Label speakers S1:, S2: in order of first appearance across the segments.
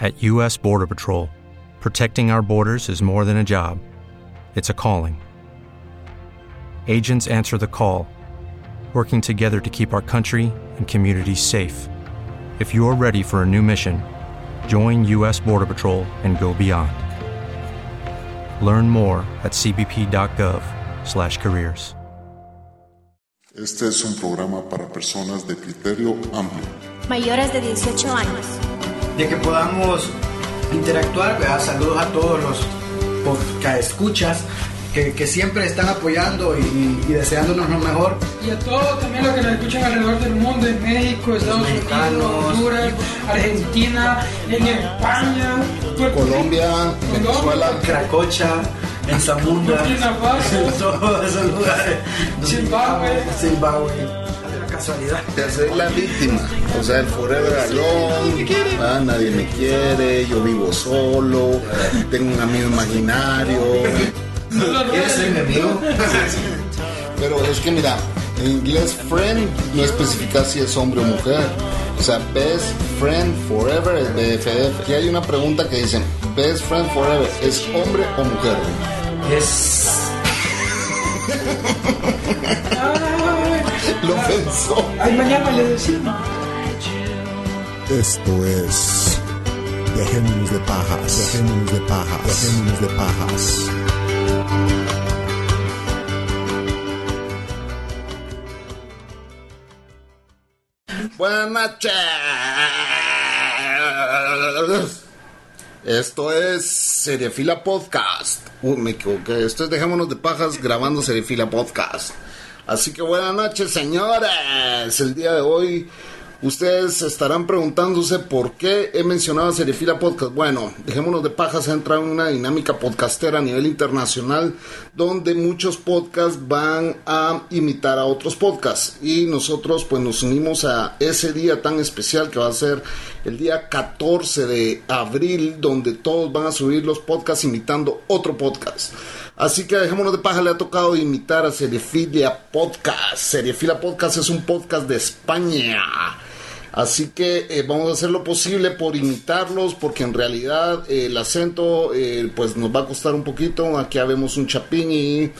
S1: At U.S. Border Patrol, protecting our borders is more than a job, it's a calling. Agents answer the call, working together to keep our country and communities safe. If you're ready for a new mission, join U.S. Border Patrol and go beyond. Learn more at cbp.gov/careers.
S2: Este es un programa para personas de criterio amplio.
S3: Mayores de 18 años.
S4: de que podamos interactuar. ¿verdad? Saludos a todos los podcast escuchas que, que siempre están apoyando y, y deseándonos lo mejor.
S5: Y a todos también los que nos escuchan alrededor del mundo, en México, Estados Unidos,
S4: mexicanos.
S5: Honduras, Argentina, en España, pues, Puerto
S2: Colombia,
S5: Rico,
S2: Venezuela,
S4: En Cracocha, en Zamunda,
S5: Burkina Faso.
S4: en todos esos lugares.
S5: Zimbabue.
S4: Zimbabue. La casualidad.
S2: de hacer la víctima. O sea, el forever alone, ah, nadie me quiere, yo vivo solo, tengo un amigo imaginario.
S5: Mundo.
S4: ¿Quieres ser mi amigo?
S2: Pero es que mira, en inglés friend no especifica si es hombre o mujer. O sea, best friend forever es BFF. Aquí hay una pregunta que dicen, best friend forever, ¿es hombre o mujer?
S4: Es.
S2: Lo pensó.
S5: Ay, mañana le decimos.
S6: Esto es Dejémonos de pajas, dejémonos de pajas, dejémonos de pajas.
S2: Buenas noches. Esto es Seriefila Podcast. Uy, me equivoqué. Esto es Dejémonos de Pajas grabando Seriefila Podcast. Así que buenas noches, señores. El día de hoy ustedes estarán preguntándose por qué he mencionado a Seriefila Podcast. Bueno, Dejémonos de Pajas entra en una dinámica podcastera a nivel internacional donde muchos podcasts van a imitar a otros podcasts. Y nosotros pues nos unimos a ese día tan especial que va a ser el día 14 de abril donde todos van a subir los podcasts imitando otro podcast. Así que dejémonos de paja, le ha tocado imitar a Seriefilia Podcast. Seriefila Podcast es un podcast de España. Así que eh, vamos a hacer lo posible por imitarlos, porque en realidad eh, el acento eh, pues nos va a costar un poquito. Aquí vemos un chapín y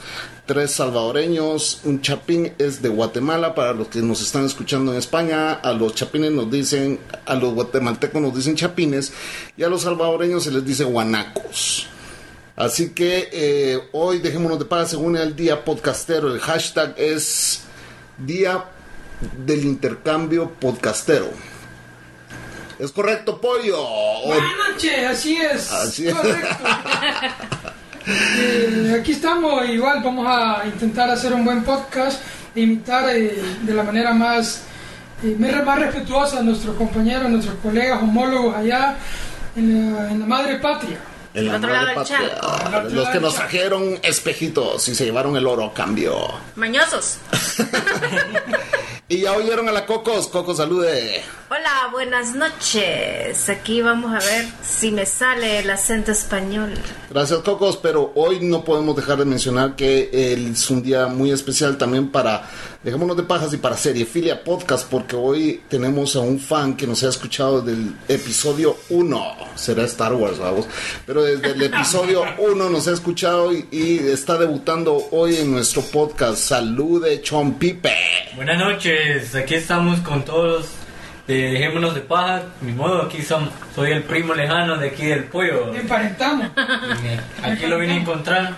S2: tres salvadoreños. Un chapín es de Guatemala para los que nos están escuchando en España. A los chapines nos dicen, a los guatemaltecos nos dicen chapines y a los salvadoreños se les dice guanacos. Así que eh, hoy dejémonos de paz, según el día podcastero, el hashtag es Día del Intercambio Podcastero. ¿Es correcto, pollo? O-
S5: Buenas noches, así es.
S2: Así es.
S5: Correcto. Eh, aquí estamos, igual vamos a intentar hacer un buen podcast e imitar eh, de la manera más, eh, mer- más respetuosa a nuestros compañeros, a nuestros colegas, homólogos allá en la, en la madre patria.
S2: En la
S3: otro
S2: madre
S3: lado del
S2: patria. Ah,
S3: charco.
S5: Del otro
S2: Los
S5: lado
S2: que
S5: del
S2: nos
S5: charco.
S2: trajeron espejitos y se llevaron el oro a cambio.
S3: Mañosos.
S2: Y ya oyeron a la Cocos. Cocos, salude.
S7: Hola, buenas noches. Aquí vamos a ver si me sale el acento español.
S2: Gracias, Cocos, pero hoy no podemos dejar de mencionar que el- es un día muy especial también para Dejémonos de Pajas y para Serie Filia Podcast, porque hoy tenemos a un fan que nos ha escuchado del episodio 1. Será Star Wars, vamos. Pero desde el episodio 1 nos ha escuchado y, y está debutando hoy en nuestro podcast. Salude, Chon Pipe.
S8: Buenas noches, aquí estamos con todos de Dejémonos de Paja. Mi modo, aquí son, soy el primo lejano de aquí del pollo.
S5: Emparentamos.
S8: Aquí lo vine a encontrar.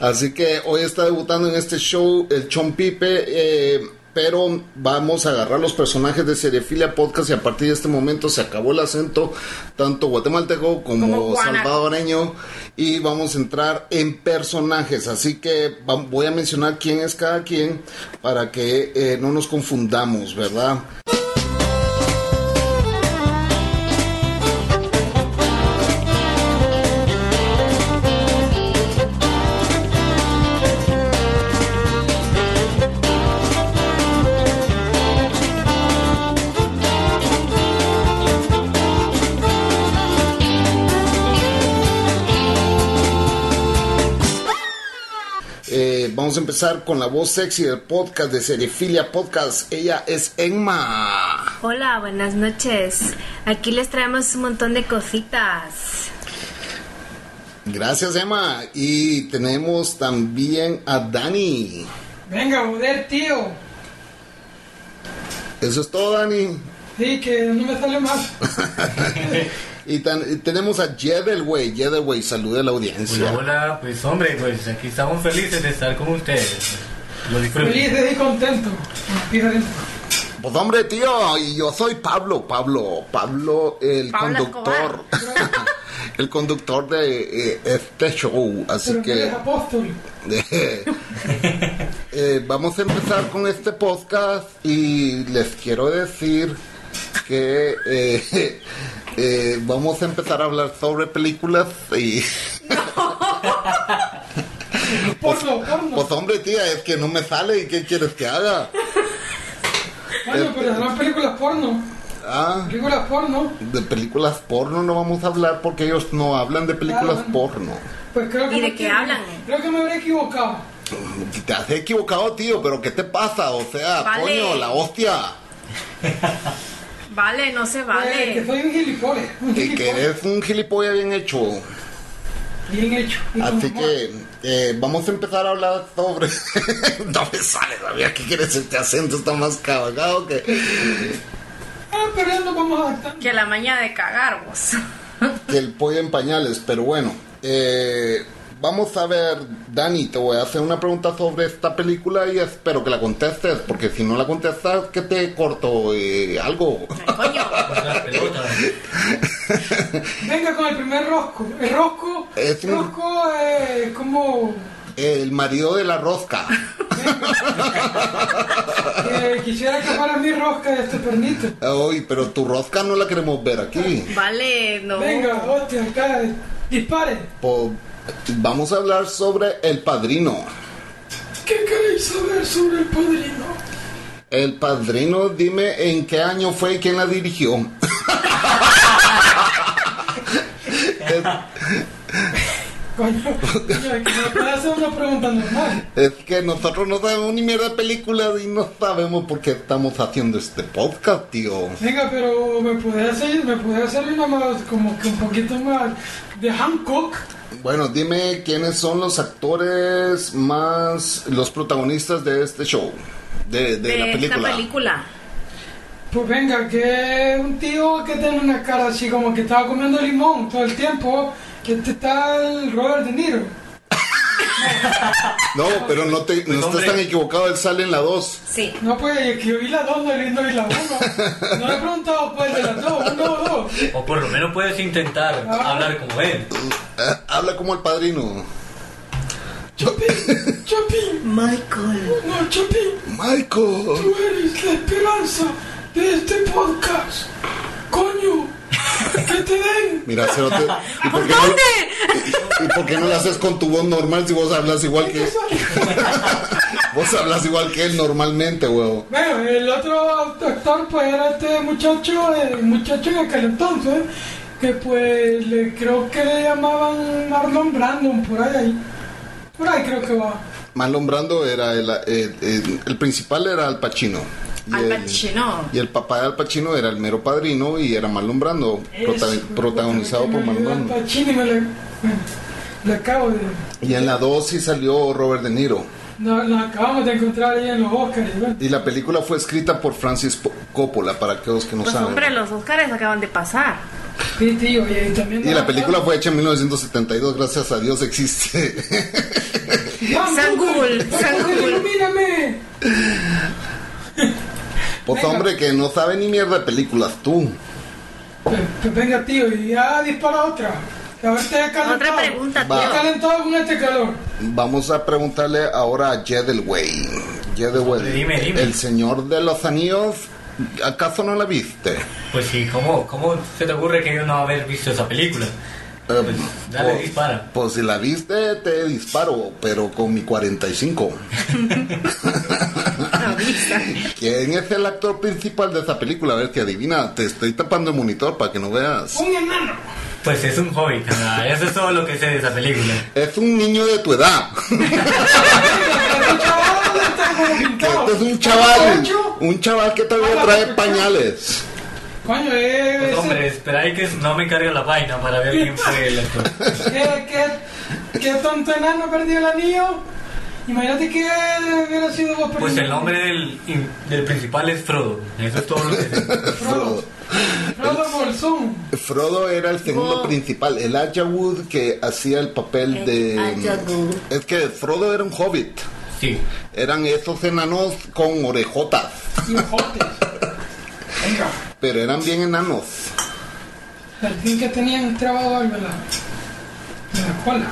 S2: Así que hoy está debutando en este show el Chon Pipe, eh, pero vamos a agarrar los personajes de Cerefilia Podcast y a partir de este momento se acabó el acento, tanto guatemalteco como,
S7: Como guana-
S2: salvadoreño, y vamos a entrar en personajes. Así que va- voy a mencionar quién es cada quien para que eh, no nos confundamos, ¿verdad? Eh, vamos a empezar con la voz sexy del podcast de Cerefilia Podcast. Ella es Enma.
S7: Hola, buenas noches. Aquí les traemos un montón de cositas.
S2: Gracias, Emma. Y tenemos también a Dani.
S5: Venga, joder, tío.
S2: Eso es todo, Dani.
S5: Sí, que no me sale más.
S2: Y, tan- y tenemos a Jedel, güey. Jedel, güey, salude a la audiencia.
S8: Hola, hola, pues hombre, pues aquí estamos felices de estar con ustedes. Lo disfruten.
S5: Felices y contentos. Diferente.
S2: Pues hombre, tío, y yo soy Pablo, Pablo, Pablo, el
S7: Pablo
S2: conductor. el conductor de eh, este show. Así
S5: Pero que
S2: que
S5: eres apóstol.
S2: eh, vamos a empezar con este podcast y les quiero decir que eh, eh, vamos a empezar a hablar sobre películas y...
S5: Porno, porno.
S2: Pues hombre, tía, es que no me sale y qué quieres que haga.
S5: Bueno, pero serán películas porno.
S2: eh, Ah,
S5: Películas porno.
S2: de películas porno no vamos a hablar porque ellos no hablan de películas
S5: Claro.
S2: porno.
S5: Pues creo que
S7: ¿Y de
S5: me-
S7: qué hablan?
S5: Creo que me habré equivocado.
S2: Te has equivocado, tío, pero ¿qué te pasa? O sea,
S7: Vale.
S2: coño, la hostia.
S7: Vale, no se
S5: Eh, que
S7: vale.
S5: soy un gilipollas. Un
S2: Que, que
S5: gilipollas.
S2: eres un gilipollas bien hecho.
S5: Bien hecho. y con
S2: Así
S5: amor.
S2: que eh, vamos a empezar a hablar sobre... no me sale todavía, ¿qué quieres? Este acento está más cabalgado que,
S5: Ah, pero ya nos vamos adaptando.
S7: Que la maña de cagar vos.
S2: que el pollo en pañales, pero bueno. eh, vamos a ver, Dani, te voy a hacer una pregunta sobre esta película y espero que la contestes, porque si no la contestas, que te corto eh, algo.
S7: Ay, coño.
S8: Pasar pelota.
S5: Venga con el primer rosco. El rosco.
S2: Es un-
S5: Rosco eh, es como.
S2: El marido de la rosca.
S5: eh, quisiera que fuera mi rosca de este pernito.
S2: Ay, pero tu rosca no la queremos ver aquí.
S7: Vale, no.
S5: Venga, hostia, acá. eh, Disparen.
S2: Po- vamos a hablar sobre El Padrino.
S5: ¿Qué queréis saber sobre el padrino?
S2: El Padrino, dime en qué año fue y quién la dirigió.
S5: Coño, coño, que me puede hacer una pregunta normal.
S2: Es que nosotros no sabemos ni mierda de películas y no sabemos por qué estamos haciendo este podcast, tío.
S5: Venga, pero me puede hacer, me puede hacer una más, como que un poquito más de Hancock.
S2: Bueno, dime quiénes son los actores más, los protagonistas de este show, de, de
S7: De
S2: la
S7: esta
S2: película.
S7: película.
S5: Pues venga, que un tío que tiene una cara así como que estaba comiendo limón todo el tiempo, que este está el Robert De Niro.
S2: No, pero no, te, no estás
S8: hombre.
S2: tan equivocado, él sale en la 2.
S7: Sí.
S5: No, pues es que yo vi la dos, no lindo vi la uno. No le he preguntado pues de las dos, uno o dos.
S8: O por lo menos puedes intentar hablar como él.
S2: Eh, Habla como el padrino.
S5: Chopin, Chopin,
S7: Michael.
S5: no, Chopin,
S2: Michael.
S5: tú eres la esperanza de este podcast. Coño, que te den.
S2: Mira, cerote, ¿y por, qué
S7: ¿Dónde?
S2: No, ¿y por qué no lo haces con tu voz normal si vos hablas igual que... Vos hablas igual que él normalmente, huevo.
S5: Bueno, el otro actor pues era este muchacho, eh, muchacho de aquel entonces, que pues le- creo que le llamaban Marlon Brandon, por ahí. Por ahí creo que va.
S2: Marlon Brando era el, el- el- el principal era Al Pacino. Y
S7: Al
S2: el-
S7: Pacino.
S2: Y el papá de Al Pacino era el mero padrino y era Marlon Brando, prota-
S5: Eso,
S2: protagonizado por
S5: me
S2: Marlon
S5: olvidó Al
S2: Brando.
S5: Pacino y me le, bueno, le acabo de...
S2: Y en la 2 sí salió Robert De Niro.
S5: Nos, nos acabamos de encontrar ahí en los Oscars. ¿verdad?
S2: Y la película fue escrita por Francis Po- Coppola, para aquellos que no
S7: Pues
S2: saben.
S7: hombre, los Oscars acaban de pasar.
S5: Sí, tío, y también...
S2: Y la película fue hecha en 1972, gracias a Dios existe.
S7: San Google, San Google.
S5: pues, Ilumíname.
S2: Pues
S5: Venga.
S2: hombre, que no sabe ni mierda de películas tú.
S5: Pues, pues venga, tío, y ya dispara otra. Que a ver, te he calentado.
S7: Otra pregunta,
S2: Va.
S5: Te he
S7: tío.
S5: calentado con este calor.
S2: Vamos a preguntarle ahora a Jedelway. Jedelway,
S8: Dime, dime.
S2: el señor de los anillos, ¿acaso no la viste?
S8: Pues sí, ¿cómo, ¿cómo se te ocurre que yo no haber visto esa película?
S2: Eh,
S8: Pues, dale, dispara.
S2: Pues si la viste, te disparo, pero con mi 45. ¿Quién es el actor principal de esa película? A ver, que adivina, te estoy tapando el monitor para que no veas.
S5: Un enano.
S8: Pues es un hobby, camarada. Eso es todo lo que sé de esa película.
S2: Es un niño de tu edad.
S5: Este chaval está como pintado.
S2: Este es un chaval.
S5: Ocho.
S2: Un chaval que todavía trae pañales.
S5: Coño, eh,
S8: Pues,
S5: ese-
S8: hombre, esperáis que no me cargue la vaina para ver quién fue el actor.
S5: qué, qué, qué tonto enano perdió el anillo. Imagínate que hubiera sido vos
S8: Pues
S5: perdido.
S8: el nombre del, del principal es Frodo. Eso es todo lo que sé.
S5: Frodo. Frodo Bolsón.
S2: Frodo era el segundo
S7: Wow.
S2: principal, el Elijah Wood que hacía el papel
S7: Elijah
S2: de...
S7: Wood.
S2: Es que Frodo era un hobbit.
S8: Sí.
S2: Eran esos enanos con orejotas,
S5: Y ojotes. Venga.
S2: pero eran bien enanos.
S5: Al fin que tenían trabado algo en la, en la cola.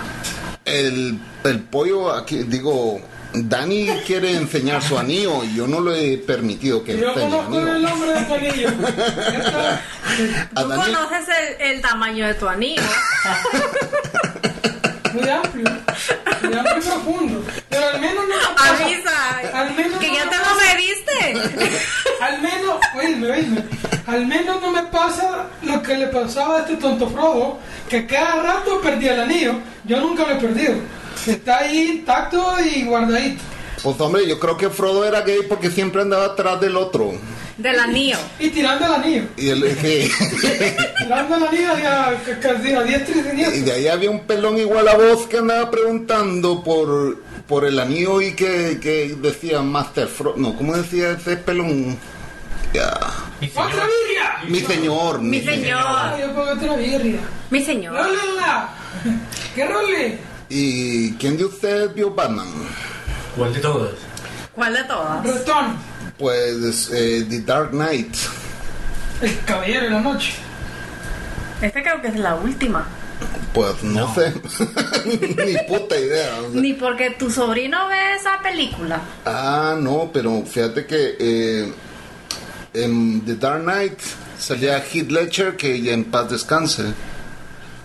S2: El, el pollo, aquí digo, Dani quiere enseñar su anillo y yo no le he permitido que
S5: Yo
S2: enseñe
S5: conozco
S2: el
S5: el
S2: anillo.
S5: nombre de tu anillo. Esta-
S2: A
S7: Tú
S2: Dani,
S7: conoces el, el tamaño de tu anillo.
S5: Muy amplio. Muy amplio y profundo. Pero al menos no me pasa.
S7: Avisa.
S5: Al menos
S7: Que
S5: no
S7: ya
S5: me
S7: te
S5: pasa-
S7: lo mediste.
S5: Al menos, oírme, oírme. Al menos no me pasa lo que le pasaba a este tonto Frodo, que cada rato perdía el anillo. Yo nunca lo he perdido. Está ahí intacto y guardadito.
S2: pues hombre, yo creo que Frodo era gay porque siempre andaba atrás del otro.
S7: Del anillo.
S5: Y tirando el anillo.
S2: Y él, sí.
S5: Tirando el anillo a, a, a diestra y
S2: Y
S5: siniestra.
S2: de ahí había un pelón igual a vos que andaba preguntando por, por el anillo y que, que decía Master Fro... No, ¿cómo decía ese pelón? Ya.
S8: Mi señor.
S5: ¡Otra birria!
S2: Mi señor.
S7: Mi señor.
S5: Ay, yo pongo otra birria.
S7: Mi señor.
S5: ¡Rólenla! ¡Que role!
S2: ¿Y quién de ustedes vio Batman?
S8: ¿Cuál de todos?
S7: ¿Cuál de todas?
S5: Rotón,
S2: Pues eh, The Dark Knight.
S5: el caballero de la noche.
S7: Esta creo que es la última.
S2: Pues no,
S8: No.
S2: sé. Ni puta idea. o sea.
S7: Ni porque tu sobrino ve esa película.
S2: Ah, no, pero fíjate que eh, en The Dark Knight salía Heath Ledger que ya en paz descanse.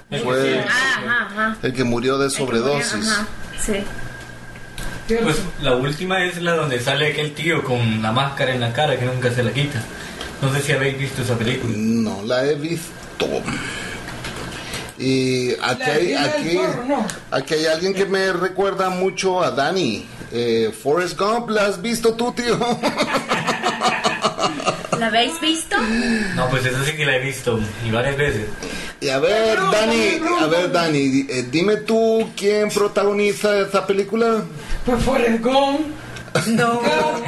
S2: Pues,
S8: El que
S2: Fue
S8: sea.
S7: Ajá, ajá.
S2: el que murió de sobredosis.
S7: Ajá, Sí.
S5: Cierto.
S8: Pues la última es la donde sale aquel tío con la máscara en la cara que nunca se la quita. No sé si habéis visto esa película.
S2: No la he visto. Y aquí
S5: La
S2: hay,
S5: isla del
S2: aquí,
S5: zorro, ¿no?
S2: aquí hay alguien que me recuerda mucho a Dani. Eh, Forrest Gump, ¿la has visto tú, tío?
S7: ¿La habéis visto?
S8: No, pues esa sí que la he visto y varias veces.
S2: Y a ver,
S5: No,
S2: Dani,
S5: no, no,
S2: a ver,
S5: no.
S2: Dani, eh, dime tú quién protagoniza esa película.
S5: Pues Forrest Gump.
S7: No.
S5: Claro.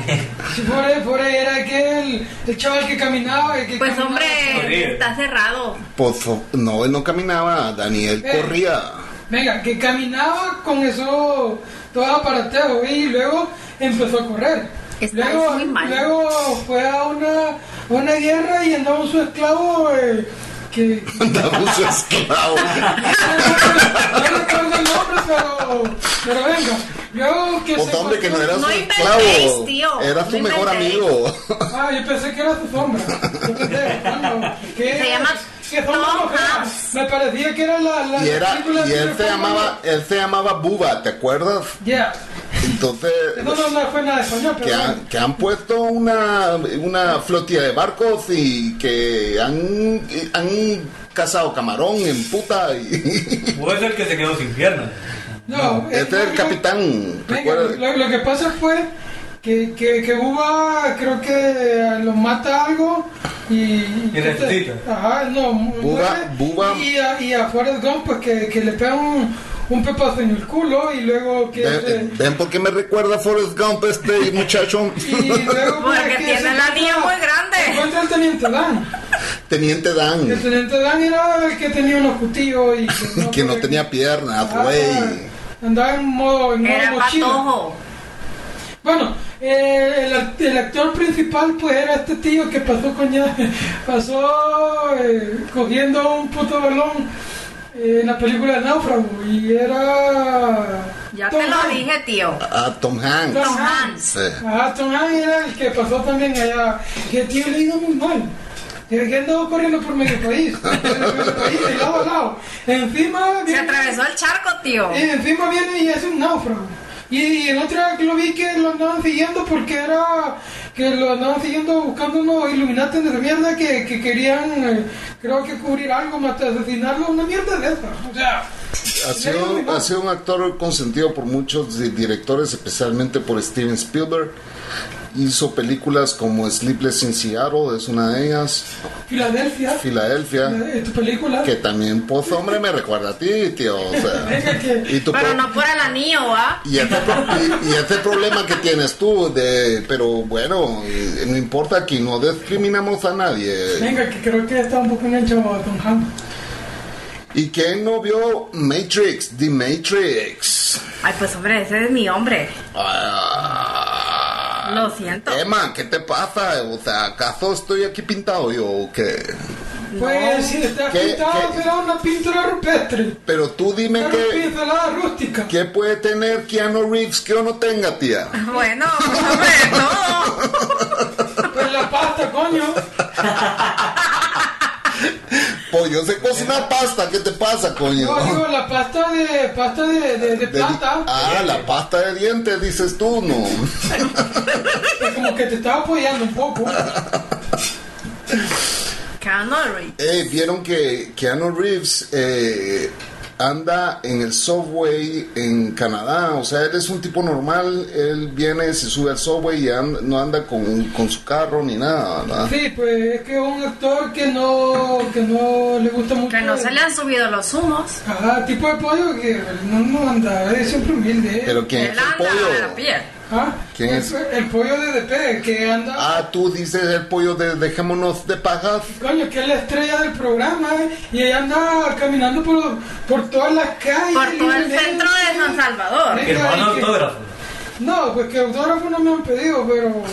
S5: Si Forrest, Forrest era aquel, el chaval que caminaba. y que
S7: Pues
S5: caminaba.
S7: hombre, está cerrado.
S2: Por fa- no, él no caminaba, Dani, él
S5: Eh.
S2: corría.
S5: Venga, que caminaba con eso, todo aparateado, y luego empezó a correr.
S7: Está
S5: luego,
S7: muy mal.
S5: luego fue a una, a una guerra y andaba su esclavo eh, que
S2: Andaba un su esclavo.
S5: no recuerdo el nombre, pero, pero venga. Yo que
S2: Pues
S5: se
S2: hombre, que no era
S7: No
S2: su
S7: inventéis,
S2: esclavo.
S7: tío,
S2: Era su
S7: no
S2: mejor
S7: inventéis.
S2: amigo.
S5: Ah, yo pensé que era su sombra. Yo pensé, coño, ¿qué?
S7: Se llama
S5: ¿Qué sombra
S7: Tom
S5: no era?
S7: Hanks.
S5: Me parecía que era la, la
S2: Y, era,
S5: película
S2: y
S5: que
S2: él
S5: me
S2: se
S5: fue
S2: llamaba, él se llamaba Buba, ¿te acuerdas?
S5: Ya.
S2: Entonces,
S5: No, no, no fue nada de español, pero
S2: que
S5: bueno.
S2: han, que han puesto una, una flotilla de barcos y que han, han cazado camarón en puta. Y,
S8: O es el que se quedó sin piernas.
S5: No, eh,
S2: este es el
S5: no,
S2: capitán.
S5: Venga,
S2: recuerda-
S5: lo, lo que pasa fue que, que, que Buba creo que los mata algo y... este-
S8: Y resucita.
S5: Ajá, no,
S2: Bubba-
S5: muere,
S2: Bubba-
S5: Y a, y a Forrest Gump pues que, que le pega un, un pepazo en el culo y luego que...
S2: ¿Ven, eh, ven por qué me recuerda a Forrest Gump este muchacho?
S5: y luego pues,
S7: Porque
S5: que
S7: tiene
S5: se
S7: la niña
S5: encuentra-
S7: muy grande.
S5: se encuentra el teniente Dan.
S2: Teniente Dan,
S5: El teniente Dan era el que tenía unos cutillos y... Que
S2: que no tenía piernas,
S5: Ah.
S2: güey.
S5: Andaba en modo, en modo
S7: Era
S5: mochila.
S7: patojo.
S5: Bueno, eh, el, act- el actor principal pues era este tío que pasó coña, pasó eh, cogiendo un puto balón eh, en la película Náufrago y era...
S7: Ya
S5: Tom
S7: te lo
S5: Hanks.
S7: dije, tío.
S2: A Tom Hanks.
S7: Tom Hanks.
S2: Sí.
S5: Ajá, Tom Hanks era el que pasó también allá, que el tío le iba muy mal. Eh, Que que andaba corriendo por medio país, medio país, de lado a lado. Encima...
S7: Se
S5: viene-
S7: atravesó el charco, tío.
S5: Y encima viene y es un náufrago. Y, y en otra que lo vi que lo andaban siguiendo porque era que lo andaban siguiendo buscando unos iluminantes de mierda que, que querían, eh, creo que cubrir algo, matar, asesinarlo, una mierda de esa. O sea,
S2: Ha sido, ha sido un actor consentido por muchos di- directores, especialmente por Steven Spielberg. Hizo películas como Sleepless in Seattle, es una de ellas.
S5: Filadelfia,
S2: Filadelfia,
S5: eh, tu película.
S2: que también, pues, hombre, me recuerda a ti, tío. o sea.
S5: Venga, que-
S2: y, tu
S7: Pero
S2: pro-
S7: no por el anillo, ¿ah?
S2: y este pro- y- y este problema que tienes tú, de, pero bueno, eh, no importa, aquí no discriminamos a nadie.
S5: Venga, que creo que está un poco enganchado a Tom Hanks.
S2: ¿Y quién no vio Matrix? The Matrix.
S7: Ay, pues hombre, ese es mi hombre.
S2: Ah.
S7: Lo siento.
S2: Emma, ¿qué te pasa? O sea, ¿acaso estoy aquí pintado yo o qué?
S5: Pues si está
S2: ¿Qué-
S5: pintado,
S2: qué?
S5: será una pintura rupestre.
S2: Pero tú dime
S5: Una
S2: qué,
S5: pincelada rústica.
S2: qué puede tener Keanu Reeves que yo no tenga, tía.
S7: Bueno, pues, hombre, no.
S5: Pues la pasta, coño.
S2: Pues yo sé cocinar pasta, ¿qué te pasa, coño?
S5: No, digo, la pasta de, pasta de, de, de
S2: De di-
S5: plata.
S2: ah, la pasta de dientes, dices tú, no.
S5: Es como que te estaba apoyando un poco.
S7: Canary.
S2: Eh, Vieron que Keanu Reeves eh, anda en el subway en Canadá. O sea, él es un tipo normal. Él viene, se sube al subway y and- no anda con, con su carro ni nada, ¿verdad?
S5: Sí, pues es que es un actor que no, que no le gusta mucho.
S7: Que no se
S5: el-
S7: le han subido los humos.
S5: Ajá, tipo de pollo que no, no anda, es siempre humilde. ¿eh?
S2: Pero ¿quién
S7: Él
S2: es el
S7: anda a la
S2: pollo?
S7: pie.
S5: ¿Ah?
S2: ¿Quién
S5: el,
S2: es?
S5: el pollo de DP, que anda.
S2: Ah, tú dices el pollo de Dejémonos de Pajas.
S5: Coño, que es la estrella del programa ¿eh? y ella anda caminando por, por todas las calles.
S7: Por todo el
S5: libre,
S7: centro de San Salvador.
S8: Que
S5: y
S8: hermano
S5: que-
S8: autógrafo.
S5: No, pues que autógrafo no me han pedido, pero.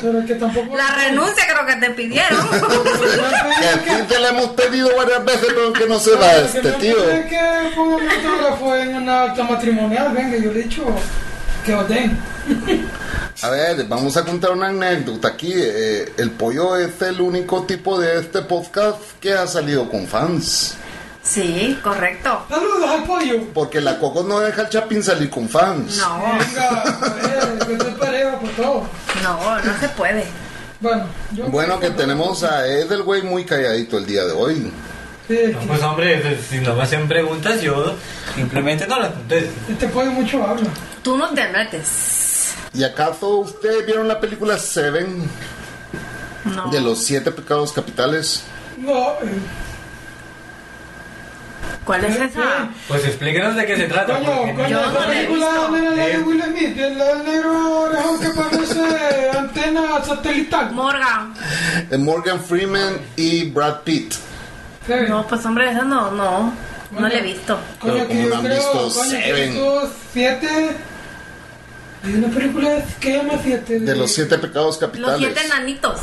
S5: pero que tampoco.
S7: La renuncia creo que te pidieron.
S2: Que a ti te la hemos pedido varias veces, pero que no se va este tío.
S5: Es que pongo un autógrafo en una acta matrimonial, venga, yo le he dicho que os den.
S2: A ver, vamos a contar una anécdota aquí. Eh, el pollo es el único tipo de este podcast que ha salido con fans.
S7: Sí, correcto.
S5: Saludos al pollo.
S2: Porque la Coco no deja al Chapín salir con fans.
S7: No,
S5: Venga, a ver, que te pareja por todo.
S7: no, no se puede.
S5: Bueno, yo.
S2: Bueno, que tenemos a Edelwey muy calladito el día de hoy.
S5: Sí, es
S8: No,
S5: que
S8: pues hombre, si no me hacen preguntas, yo simplemente no las contesto.
S5: este pollo mucho habla.
S7: Tú no te metes.
S2: ¿Y acaso ustedes vieron la película Seven
S7: No.
S2: de los siete pecados capitales?
S5: No, eh,
S7: ¿Cuál es esa?
S5: sí.
S8: Pues explíquenos de qué se trata.
S5: Coño,
S8: porque
S5: coño,
S7: Yo
S5: esa
S7: no la he
S5: película
S7: visto.
S5: donde era la de
S8: Eh.
S5: Will Smith, el, el negro orejón que parece antena satelital.
S7: Morgan.
S2: De Eh, Morgan Freeman y Brad Pitt.
S5: Sí.
S7: No, pues hombre, esa no, no. No la he visto.
S2: Pero
S5: Coño,
S2: como
S5: que
S2: no
S5: yo
S2: han
S5: creo,
S2: visto
S5: coño, que
S2: Seven.
S5: estos siete... Hay una película que llama siete.
S2: De los siete pecados
S7: Los
S2: capitales.
S7: siete enanitos.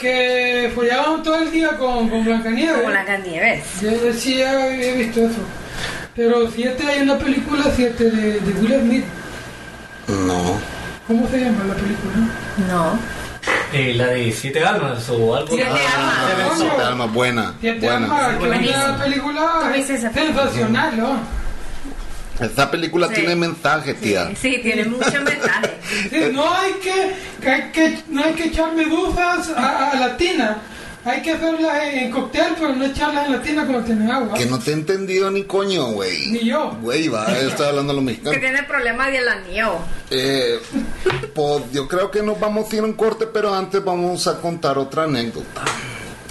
S5: Que follaban todo el día con, con Blancanieves.
S7: Como Blancanieves.
S5: Yo decía, he visto eso. Pero siete, hay una película siete de, de Will Smith.
S2: No.
S5: ¿Cómo se llama la película?
S7: No.
S8: Eh, la de siete almas o algo.
S7: Siete
S2: Ah,
S7: almas.
S2: no, siete almas, buena.
S5: Siete
S2: buena.
S5: Almas, que es una
S7: Buenísimo.
S5: película
S7: Tú viste esa película.
S5: sensacional, ¿no?
S2: Esta película
S7: Sí.
S2: tiene mensaje, tía.
S7: Sí, tiene mucho mensaje.
S5: Sí, Eh, No hay que, que hay que- no hay que echar medusas a, a la tina. Hay que hacerlas en, en cóctel, pero no echarlas en la tina cuando tienen agua.
S2: Que no te he entendido ni coño, güey.
S5: Ni yo.
S2: Güey, va, estoy hablando a los
S7: Que
S2: mexicanos.
S7: tiene el problema de la nieve.
S2: Eh, pues yo creo que nos vamos a ir a un corte, pero antes vamos a contar otra anécdota.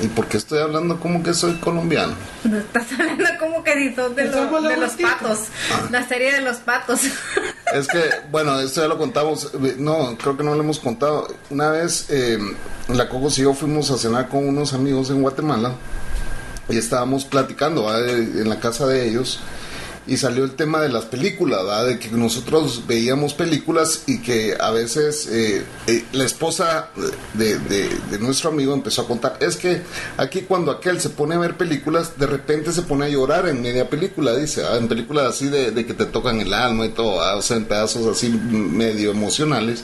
S2: ¿Y por qué estoy hablando como que soy colombiano?
S7: No estás hablando como que de, de,
S5: Estamos
S7: los- de
S5: hablando
S7: los
S5: de Tito.
S7: patos. La serie de los patos.
S2: Es que, bueno, esto ya lo contamos. eh, No, creo que no lo hemos contado. Una vez, eh, la Cocos y yo fuimos a cenar con unos amigos en Guatemala y estábamos platicando ¿va? de- en la casa de ellos y salió el tema de las películas, ¿va? de que nosotros veíamos películas y que a veces eh, eh, la esposa de, de- de nuestro amigo empezó a contar, es que aquí cuando aquel se pone a ver películas, de repente se pone a llorar en media película, dice, ¿va? en películas así de, de que te tocan el alma y todo, ¿va? o sea, en pedazos así medio emocionales.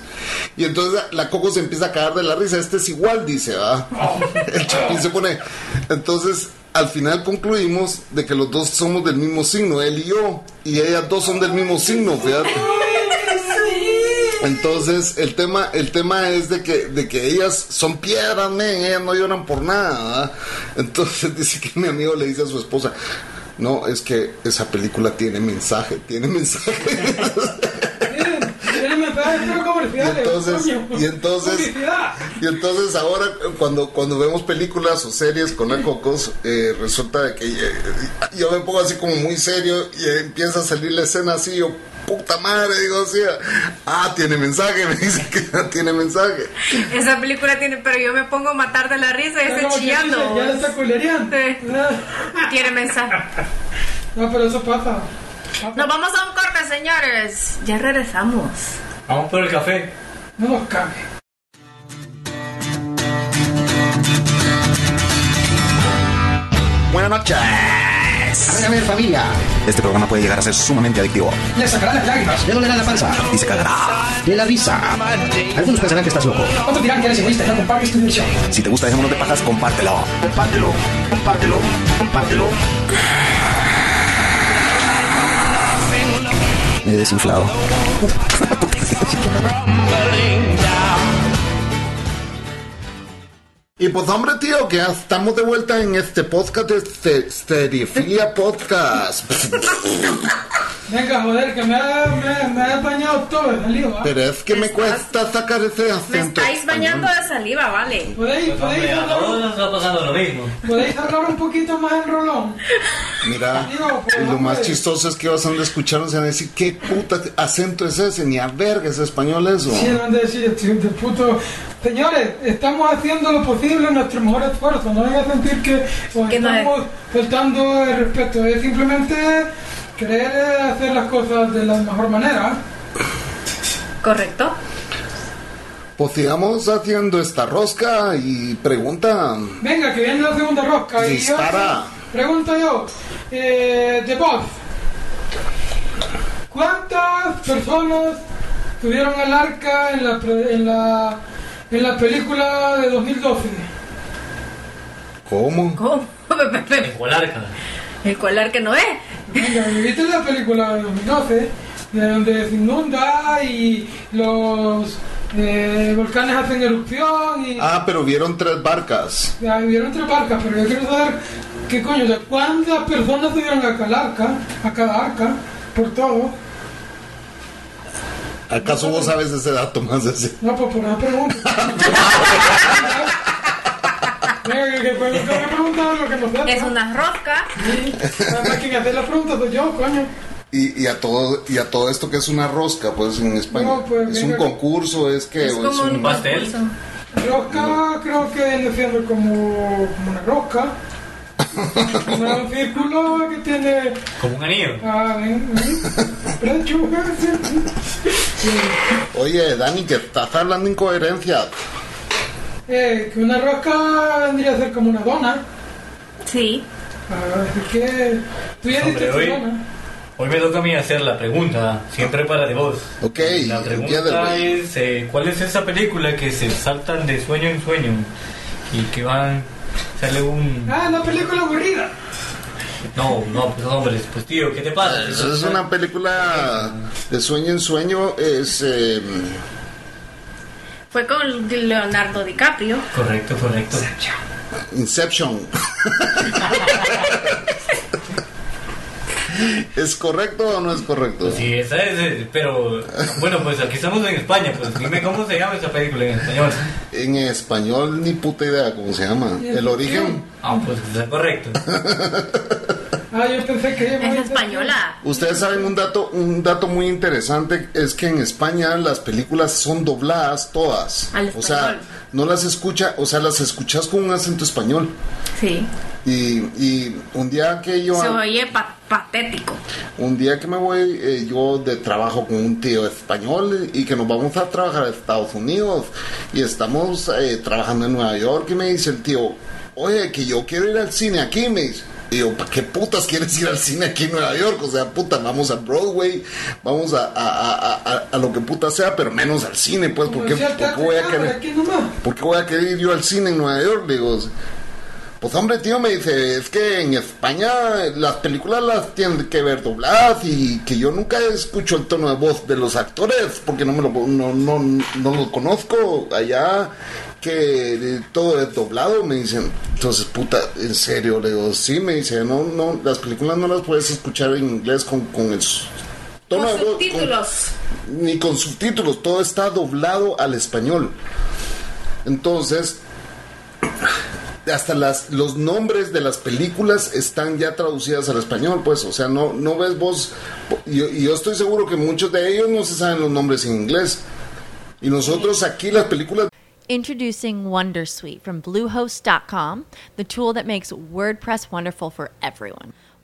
S2: Y entonces la Coco se empieza a cagar de la risa, este es igual, dice, ¿va? el Chapín se pone, entonces al final concluimos de que los dos somos del mismo signo, él y yo, y ellas dos son del mismo signo, fíjate. Entonces el tema, el tema es de que, de que ellas son piedras, men, ellas no lloran por nada. ¿verdad? Entonces dice que mi amigo le dice a su esposa, no, es que esa película tiene mensaje, tiene mensaje.
S5: Miren, Tienen mensajes pero comerciales.
S2: Y entonces-
S5: eh, coño.
S2: y entonces-
S5: Publicidad.
S2: Y entonces ahora cuando, cuando vemos películas o series con la Cocos, eh, resulta de que eh, yo me pongo así como muy serio y empieza a salir la escena así, yo puta madre, digo así, ah, tiene mensaje, me dice que tiene mensaje.
S7: Esa película tiene, pero yo me pongo a matar de la risa y
S5: Ya
S7: estoy
S5: como que
S7: chillando.
S5: dice, Ya le está culereando.
S7: Sí.
S5: Ah,
S7: Tiene mensaje.
S5: No, pero eso pasa.
S7: Nos vamos a un corte, señores. Ya regresamos.
S8: Vamos por el café.
S5: No nos cambie.
S9: Buenas noches.
S4: Háganme familia.
S9: Este programa puede llegar a ser sumamente adictivo
S4: Le sacarán las lágrimas. Le dolerá la panza.
S9: y se cagará.
S4: De la risa. Algunos pensarán que estás loco. Otros dirán que eres egoísta. No compartes tu diversión.
S9: Si te gusta Dejémonos de Pajas, compártelo. Compártelo, compártelo, compártelo. Me he desinflado.
S2: Y pues hombre tío, que ya estamos de vuelta en este podcast de Ste- Stereofilia Podcast.
S5: Venga, joder, que me ha, me, me ha bañado todo eh, ¿ah? el lío, ¿va?
S2: Pero es que me
S7: Estás-
S2: cuesta sacar ese
S7: Me
S2: acento.
S7: estáis bañando
S2: español.
S7: de saliva, vale.
S5: ¿Podéis,
S4: Pues,
S5: podéis,
S8: A
S5: hablar,
S8: todos
S5: un-
S8: nos está pasando lo mismo.
S5: podéis hablar un poquito más en rolón?
S2: Mira,
S5: Digo, pues,
S2: y lo
S5: hombre.
S2: más chistoso es que vas a andar escucharnos y van a decir, ¿qué puta acento es ese? Ni a verga es español eso.
S5: Sí, no han de decir, este de puto. Señores, estamos haciendo lo posible, nuestro mejor esfuerzo. No van a sentir que os
S7: Que no es.
S5: estamos faltando el respeto. Es simplemente querer hacer las cosas de la mejor manera.
S7: ¿Correcto?
S2: Pues sigamos haciendo esta rosca y pregunta.
S5: Venga, que viene la segunda rosca. y yo-
S2: Dispara.
S5: pregunto yo, eh, de voz. ¿Cuántas personas tuvieron el arca en la, pre- en la, en la película de 2012?
S2: ¿Cómo?
S7: ¿Cómo?
S8: Colarca.
S7: El colar que no es.
S5: Venga, ¿viste la película de 2012? De donde se inunda y los eh, volcanes hacen erupción y...
S2: Ah, pero vieron tres barcas.
S5: Ya vivieron tres barcas, pero yo quiero saber qué coño, o sea, cuántas personas tuvieron a cada arca, a cada arca, por todo.
S2: ¿Acaso vos sabes ese dato más ese?
S5: No, pues por una pregunta. Venga, que, que, que me preguntaron lo que nos da.
S7: Es una rosca.
S5: Sí, Además, quien hace la pregunta soy yo, coño.
S2: Y, y a todo y a todo esto que es una rosca, pues en España.
S5: No, pues,
S2: es un
S5: venga.
S2: concurso, es que pues,
S7: Es
S2: o
S7: como
S2: un-
S7: un
S8: pastel.
S7: concurso.
S5: Rosca creo que viene siendo como, como una rosca. un círculo que tiene
S8: Como un anillo.
S5: ah, ven, ven, lechuga, sí.
S2: Oye, Dani, que estás hablando incoherencia.
S5: Eh, que una rosca vendría a ser como una dona.
S7: Sí.
S5: Ah, es que tú ya
S8: Hombre,
S5: diste tu
S8: hoy-
S5: dona.
S8: Hoy me toca a mí hacer la pregunta, siempre para de vos.
S2: Ok,
S8: La
S2: empieza,
S8: pregunta
S2: güey.
S8: es, eh, ¿cuál es esa película que se saltan de sueño en sueño? Y que van, sale un...
S5: Ah, la película aburrida.
S8: No, no, pues hombre, pues tío, ¿qué te
S5: Ah,
S8: pasa?
S2: Eso es una película de sueño en sueño. Es, eh,
S7: Fue con Leonardo DiCaprio.
S8: Correcto, correcto.
S2: Inception. ¿Es correcto o no es correcto?
S8: Sí, esa es, eh, pero bueno, pues aquí estamos en España, pues dime cómo se llama esa película en español.
S2: En español ni puta idea cómo se llama. El origen.
S8: Ah, pues es correcto.
S5: Ah, yo pensé que...
S7: Es española.
S2: Ustedes saben un dato, un dato muy interesante es que en España las películas son dobladas todas.
S7: Al
S2: o sea,
S7: español.
S2: no las escucha, o sea, las escuchas con un acento español.
S7: Sí.
S2: Y, y un día que yo
S7: Se oye pa- patético.
S2: un día que me voy eh, yo de trabajo con un tío español y que nos vamos a trabajar a Estados Unidos y estamos eh, trabajando en Nueva York y me dice el tío, oye, que yo quiero ir al cine aquí, me dice. Y yo, ¿para qué putas quieres ir al cine aquí en Nueva York? O sea, puta, vamos a Broadway, vamos a, a- a- a- a lo que puta sea, pero menos al cine, pues, porque
S5: Decía el teatro,
S2: voy a
S5: ah,
S2: querer...
S5: pero aquí nomás.
S2: ¿Por qué voy a querer ir yo al cine en Nueva York? Le Digo, pues hombre, tío, me dice, es que en España las películas las tienen que ver dobladas y que yo nunca escucho el tono de voz de los actores porque no me lo no, no, no lo conozco allá que eh, todo es doblado, me dicen. Entonces, puta, en serio, le digo, sí, me dice, no, no, las películas no las puedes escuchar en inglés con, con el s-
S7: Con
S2: tono de voz. con-
S7: subtítulos.
S2: ni con subtítulos, todo está doblado al español. Entonces, hasta las, los nombres de las películas están ya traducidas al español, pues, o sea, no, no ves vos, y yo, y yo estoy seguro que muchos de ellos no se saben los nombres en inglés. Y nosotros aquí las películas
S10: Introducing Wondersuite from Bluehost.com, the tool that makes WordPress wonderful for everyone.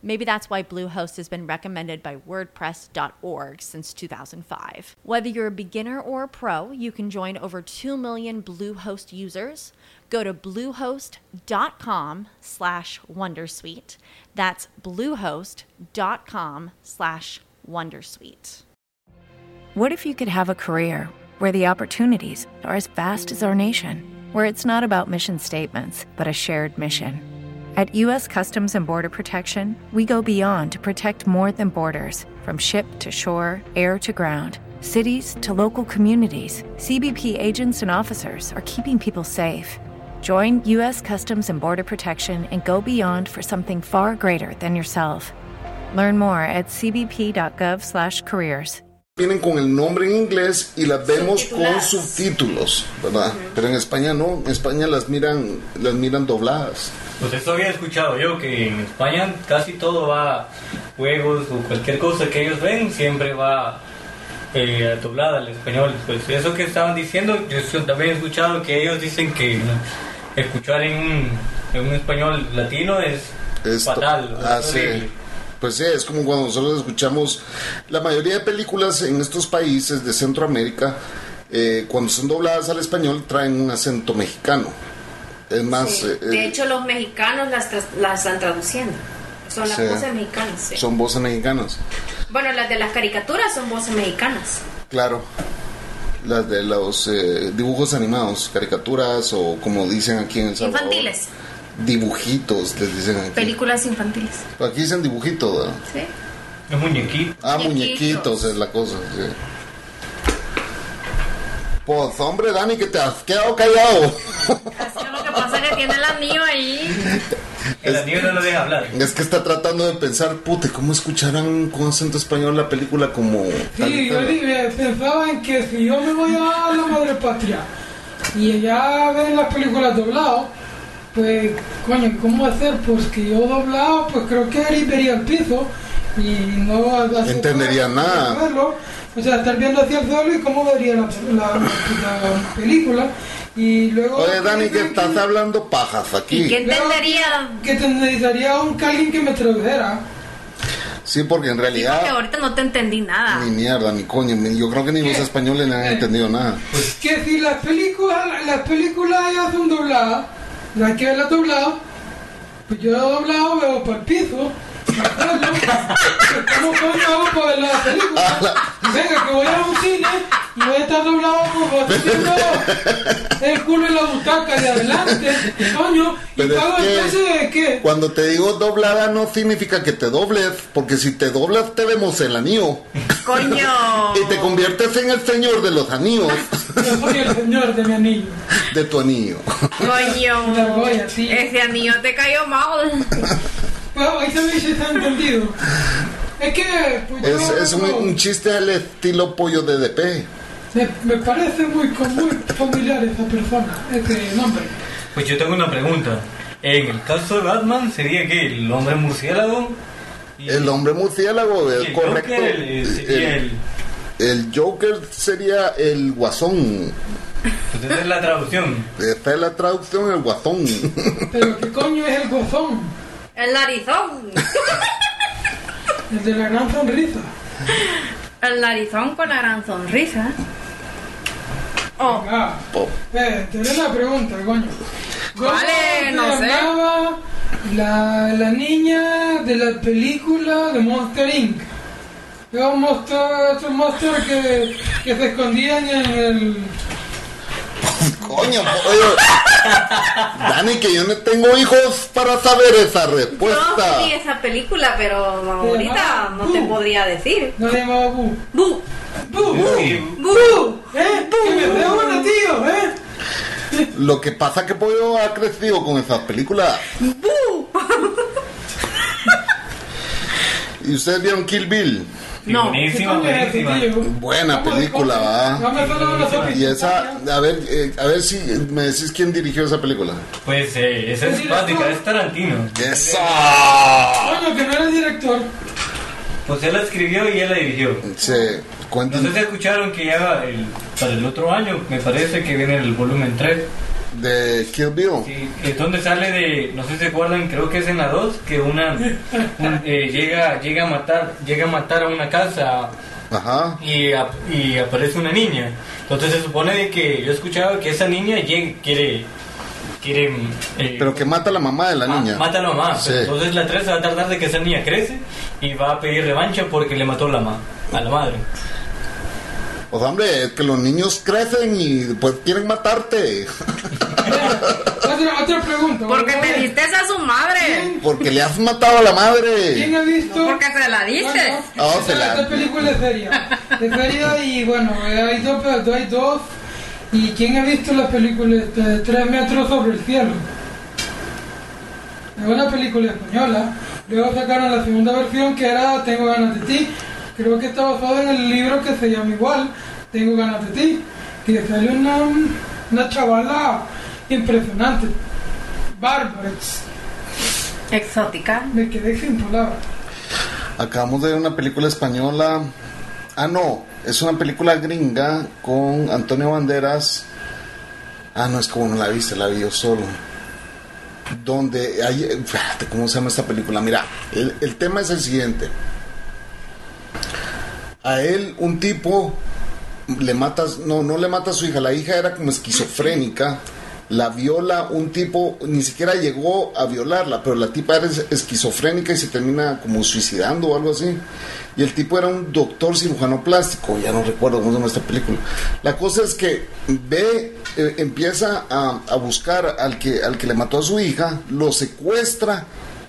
S10: Maybe that's why Bluehost has been recommended by WordPress.org since 2005. Whether you're a beginner or a pro, you can join over 2 million Bluehost users. Go to bluehost.com slash wondersuite. That's bluehost.com slash wondersuite.
S11: What if you could have a career where the opportunities are as vast as our nation, where it's not about mission statements, but a shared mission? At U.S. Customs and Border Protection, we go beyond to protect more than borders from ship to shore, air to ground. Cities to local communities, CBP agents and officers are keeping people safe. Join U.S. Customs and Border Protection and go beyond for something far greater than yourself. Learn more at cbp.gov/careers.
S2: vienen con el nombre en inglés y las vemos con
S11: Subtituladas.
S2: subtítulos, ¿verdad? Pero en España no, en España las miran, las miran dobladas.
S8: Pues eso había escuchado yo, que en España casi todo va a juegos o cualquier cosa que ellos ven, siempre va eh, doblada al español. Pues eso que estaban diciendo, yo so- también he escuchado que ellos dicen que ¿no? escuchar en un, en un español latino es
S2: Esto-
S8: fatal.
S2: ah,
S8: es
S2: sí.
S8: horrible.
S2: Pues sí, es como cuando nosotros escuchamos la mayoría de películas en estos países de Centroamérica, eh, cuando son dobladas al español, traen un acento mexicano. Es más, eh,
S7: De
S2: eh,
S7: hecho, los mexicanos las, tra- las están traduciendo. Son las
S2: Sí.
S7: voces mexicanas. sí.
S2: son voces mexicanas.
S7: Bueno, las de las caricaturas son voces mexicanas.
S2: Claro. Las de los eh, dibujos animados, caricaturas o como dicen aquí en El Salvador.
S7: Infantiles.
S2: Dibujitos, les dicen aquí.
S7: Películas infantiles.
S2: Aquí dicen dibujito, ¿verdad?
S7: Sí.
S8: Es muñequito.
S2: Ah,
S7: Muñequitos.
S2: muñequitos es la cosa, sí. Pues hombre, Dani, que te has quedado callado.
S7: Lo que pasa es que tiene el anillo ahí.
S8: El anillo no lo deja hablar.
S2: Es que está tratando de pensar, pute, ¿cómo escucharán con acento español la película como... tal y
S5: Sí, yo
S2: tal?
S5: dije, pensaba en que si yo me voy a la madre patria y allá ven las películas doblado, pues coño, ¿cómo hacer? Pues que yo doblado, pues creo que vería el piso y no hace-
S2: Entendería nada.
S5: verlo. O sea, estar viendo hacia el suelo y cómo vería la, la- la película. Y luego.
S2: Oye, Dani, que estás hablando pajas aquí.
S5: entendería? Que tendría un que alguien que me tradujera.
S2: Sí, porque en
S7: Porque
S2: realidad
S7: ahorita no te entendí nada.
S2: ni mierda, ni coño. ni- Yo creo que ni los españoles le han entendido nada.
S5: Que si las películas, las películas ya son dobladas, no hay que verlas dobladas. Pues yo doblado veo para el piso. ¿Cómo coño hago para ver las películas? Venga, que voy a un cine y voy a estar doblado como haciendo el culo en la butaca de adelante. Coño, y
S2: Pero es
S5: pago
S2: que-
S5: el precio de qué?
S2: Cuando te digo doblada no significa que te dobles, porque si te doblas te vemos el anillo.
S7: Coño.
S2: Y te conviertes en el señor de los anillos.
S5: Yo soy el señor de mi anillo.
S2: De tu anillo.
S7: Coño. Ese anillo te cayó mal.
S5: Bueno, ahí también se está entendido. Es que pues,
S2: Es,
S5: yo-
S2: es un, un chiste al estilo pollo de DP.
S5: Me, me parece muy, com- muy familiar esa persona, ese nombre.
S8: Pues yo tengo una pregunta. En el caso de Batman, ¿sería que el hombre murciélago?
S2: El hombre murciélago, es
S8: el
S2: correcto.
S8: Joker, eh, sería
S2: el, el Joker sería el guasón.
S8: pues Esa es la traducción.
S2: Esta es la traducción, el guasón.
S5: Pero ¿qué coño es el gozón?
S7: El narizón.
S5: El de la gran sonrisa.
S7: El narizón con la gran sonrisa.
S5: Oh. Venga. Eh, te doy la pregunta, coño. ¿Cómo
S7: Vale,
S5: se
S7: no sé.
S5: llamaba La, la niña de la película de Monster Inc. Era un monstruo, es un monstruo que, que se escondían en el...
S2: Coño, oye, Dani, que yo no tengo hijos para saber esa respuesta.
S7: No vi esa película, pero ahorita no te podría decir.
S5: No le llamaba Bu.
S7: Bu.
S5: Bu.
S7: Bu.
S5: ¿Eh? ¡Que me pregunta, tío! ¿Eh?
S2: Lo que pasa es que Pollo ha crecido con esas películas. ¿Y ustedes vieron Kill Bill?
S7: No.
S8: Buenísima, buenísima.
S2: Buena película, ¿va? Y esa, a ver, eh, a ver si me decís quién dirigió esa película.
S8: Pues eh, esa es básica, es Tarantino.
S2: ¡Esa!
S5: Coño, que no era director.
S8: Pues él la escribió y él la dirigió.
S2: Sí,
S8: No sé si escucharon que ya el, para el otro año, me parece que viene el volumen 3.
S2: ¿De Kill Bill?
S8: Sí, es donde sale de, no sé si se acuerdan, creo que es en la 2, que una un- eh, llega, llega, a matar, llega a matar a una casa
S2: Ajá.
S8: y, ap- y aparece una niña. Entonces se supone de que yo escuchaba que esa niña llega- quiere... quiere eh,
S2: Pero que mata a la mamá de la niña.
S8: Ah, Mata a la mamá.
S2: Sí.
S8: Entonces la 3 va a tardar de que esa niña crece y va a pedir revancha porque le mató a la, ma a la madre.
S2: Pues hombre, es que los niños crecen y después quieren matarte.
S5: Otra, otra pregunta.
S7: Porque te diste a su madre.
S2: Porque le has matado a la madre.
S5: ha visto?
S7: porque se la diste.
S2: Ah,
S5: Esta-
S2: se la-
S5: Esta película es seria. Es seria y bueno, eh, hay dos, pero hay dos. ¿Y quién ha visto la película de Tres metros sobre el cielo? Es una película española. Luego sacaron la segunda versión que era Tengo ganas de ti. Creo que está basado en el libro que se llama igual, Tengo ganas de ti. Que sale una, una chavala impresionante. Bárbara.
S7: Exótica.
S5: Me quedé sin palabras.
S2: Acabamos de ver una película española. Ah, no, es una película gringa con Antonio Banderas. Ah, no, es como no la viste, la vi yo solo. Donde hay. fíjate, ¿Cómo se llama esta película? Mira, el, el tema es el siguiente. A él, un tipo le matas, no, no le mata a su hija, la hija era como esquizofrénica, la viola un tipo, ni siquiera llegó a violarla, pero la tipa era es- esquizofrénica y se termina como suicidando o algo así. Y el tipo era un doctor cirujano plástico, ya no recuerdo cómo se llama esta película. La cosa es que ve, eh, empieza a, a buscar al que, al que le mató a su hija, lo secuestra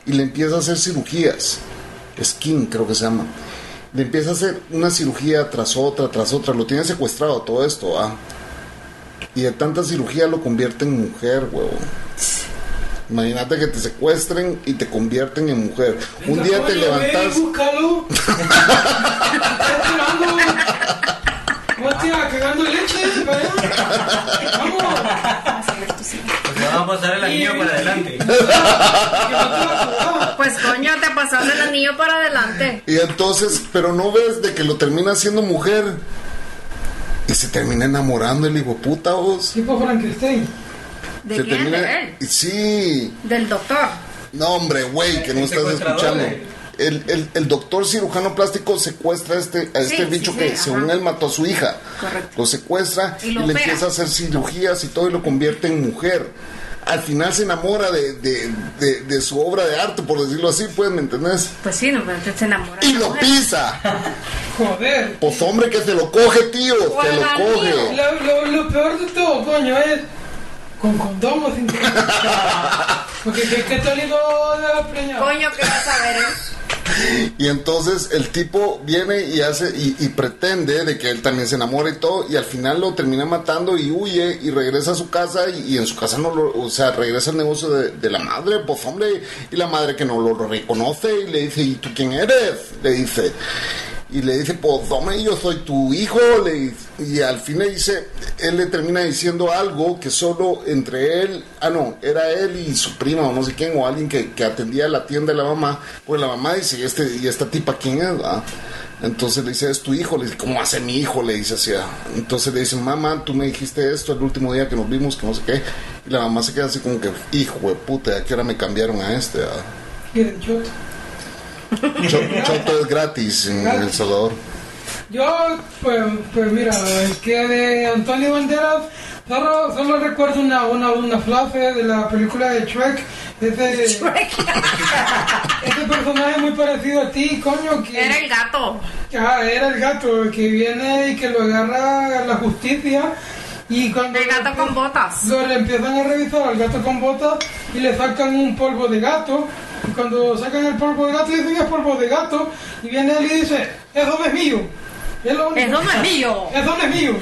S2: y le empieza a hacer cirugías. Skin creo que se llama le empieza a hacer una cirugía tras otra, tras otra, lo tiene secuestrado todo esto, ¿ah? Y de tanta cirugía lo convierte en mujer, huevón. Imagínate que te secuestren y te convierten en mujer. Un día te levantas.
S5: Búscalo. Estás tirando. Hostia, cagando leche. vaya. Vamos.
S8: Pues le van a pasar el anillo para adelante.
S7: Pues coño, te pasó Pasa el anillo para adelante.
S2: Y entonces, pero no ves de que lo termina siendo mujer. Y se termina enamorando el hijo puta vos.
S5: Tipo Frankenstein.
S7: ¿De
S2: Se
S7: quién?
S2: termina-
S7: ¿De él?
S2: Sí.
S7: Del doctor.
S2: No, hombre, güey, que no
S7: El
S2: estás
S7: secuestrador,
S2: escuchando.
S7: eh.
S2: El, el- el doctor cirujano plástico secuestra a este, a este
S7: Sí,
S2: bicho
S7: sí,
S2: que
S7: sí,
S2: según
S7: ajá.
S2: él mató a su hija.
S7: Correcto.
S2: Lo secuestra
S7: Y
S2: y,
S7: lo
S2: le
S7: opera.
S2: empieza a hacer cirugías y todo y lo convierte en mujer. Al final se enamora de, de- de- de su obra de arte, por decirlo así, pues, ¿me entendés?
S7: Pues sí, no, pero usted se enamora.
S2: Y lo pisa.
S5: Joder.
S2: Pues hombre, que se lo coge, tío. Se lo coge.
S5: Lo, lo- lo peor de todo, coño, es con condón o sin condón. Porque que católico de la preña.
S7: Coño, ¿qué vas a ver?
S2: Y entonces el tipo viene y hace y, y pretende de que él también se enamora y todo y al final lo termina matando y huye y regresa a su casa y, y en su casa no lo, o sea, regresa al negocio de, de la madre, pues hombre, y la madre que no lo reconoce y le dice, ¿y tú quién eres? Le dice. Y le dice, pues hombre, yo soy tu hijo. Le, dice- y al fin le dice, él le termina diciendo algo que solo entre él, ah no, era él y su prima o no sé quién, o alguien que, que atendía la tienda de la mamá. Pues la mamá dice, ¿y, este, y esta tipa quién es? va?". Entonces le dice, es tu hijo. Le dice, ¿cómo hace mi hijo? Le dice así. ah. Entonces le dice, mamá, tú me dijiste esto el último día que nos vimos, que no sé qué. Y la mamá se queda así como que, hijo de puta, ¿a qué hora me cambiaron a este? ah?".
S5: Miren, yo,
S2: Cho- Choto es gratis en El Salvador.
S5: yo, pues, pues mira, es que de Antonio Banderas solo, solo recuerdo una, una, una frase de la película de Shrek. Este, este personaje muy parecido a ti, coño. Que,
S7: Era el gato.
S5: Ah, era el gato que viene y que lo agarra la justicia. Y cuando el gato con
S7: botas.
S5: Lo le empiezan a revisar al gato con botas y le sacan un polvo de gato. Y cuando sacan el polvo de gato, dicen que es polvo de gato. Y viene él y dice: Eso no es mío. Es lo único.
S7: Eso no es mío.
S5: Eso no es mío.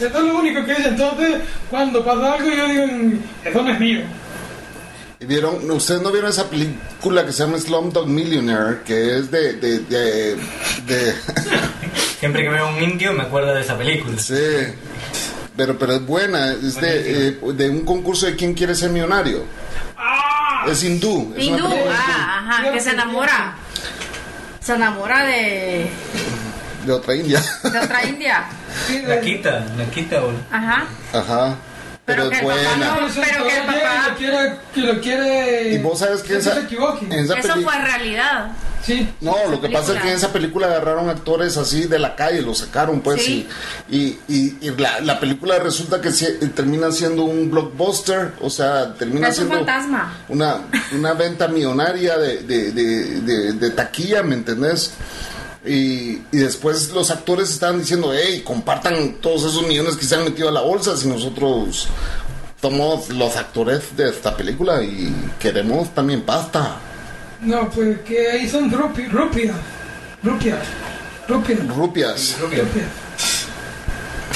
S5: Eso es lo único que dice. Entonces, cuando pasa algo, yo digo: Eso no es mío.
S2: ¿Y ¿Vieron? ¿Ustedes no vieron esa película que se llama Slumdog Millionaire? Que es de... de, de, de-
S8: Siempre que veo un indio me acuerdo de esa película.
S2: Sí. Pero, pero es buena. Es de, eh, de un concurso de quién quiere ser millonario. Es hindú. es una
S7: Hindú,
S2: película
S7: ah, ajá, que se enamora. Se enamora de,
S2: De otra india.
S7: de otra india.
S8: La quita, la quita, boludo.
S7: Ajá.
S2: Ajá. Pero,
S7: que
S2: es
S7: el papá
S2: buena.
S7: no- pero que el papá.
S5: Quiere, que lo quiere.
S2: Y vos sabes que
S5: no
S2: esa,
S5: se equivoque.
S2: en esa
S7: Eso
S2: peli-
S7: fue realidad.
S5: Sí.
S2: No, lo que pasa es que en esa película agarraron actores así de la calle, los sacaron, pues,
S7: Sí.
S2: y, y, y- y la, la película resulta que se- eh, termina siendo un blockbuster, o sea, termina
S7: Es un
S2: siendo
S7: fantasma.
S2: una, una venta millonaria de, de, de- de- de taquilla, ¿me entendés? Y, y después los actores estaban diciendo, hey, compartan todos esos millones que se han metido a la bolsa si nosotros somos los actores de esta película y queremos también pasta.
S5: No, pues que ahí son rupi, rupias. Rupias. Rupias.
S2: Rupias.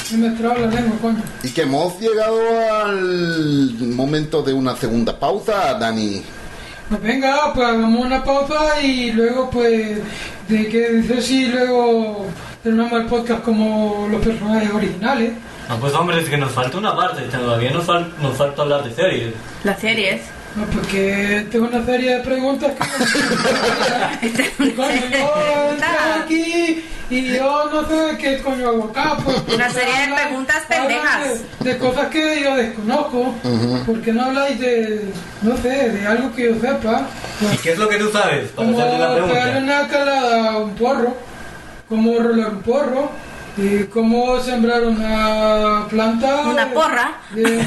S5: Se me traba la lengua, coño.
S2: Y que hemos llegado al momento de una segunda pausa, Dani.
S5: Pues venga, pues hagamos una pausa y luego, pues, de que dices si luego terminamos el podcast como los personajes originales.
S8: No, pues hombre, es que nos falta una parte, todavía nos, fal- nos falta hablar de series.
S7: Las series.
S5: No, porque tengo una serie de preguntas que. coño, yo entré aquí y yo no sé qué coño hago acá. Pues,
S7: Una serie de
S5: hablan-
S7: preguntas
S5: hablan
S7: pendejas.
S5: De, de cosas que yo desconozco. Porque no habláis de. No sé, de algo que yo sepa. Pues
S8: ¿Y qué es lo que tú sabes? Para
S5: Como
S8: hacerte la
S5: pegarle
S8: pregunta.
S5: una calada a un porro, cómo rolar un porro, y cómo sembrar una planta.
S7: Una
S5: de-
S7: porra.
S5: de-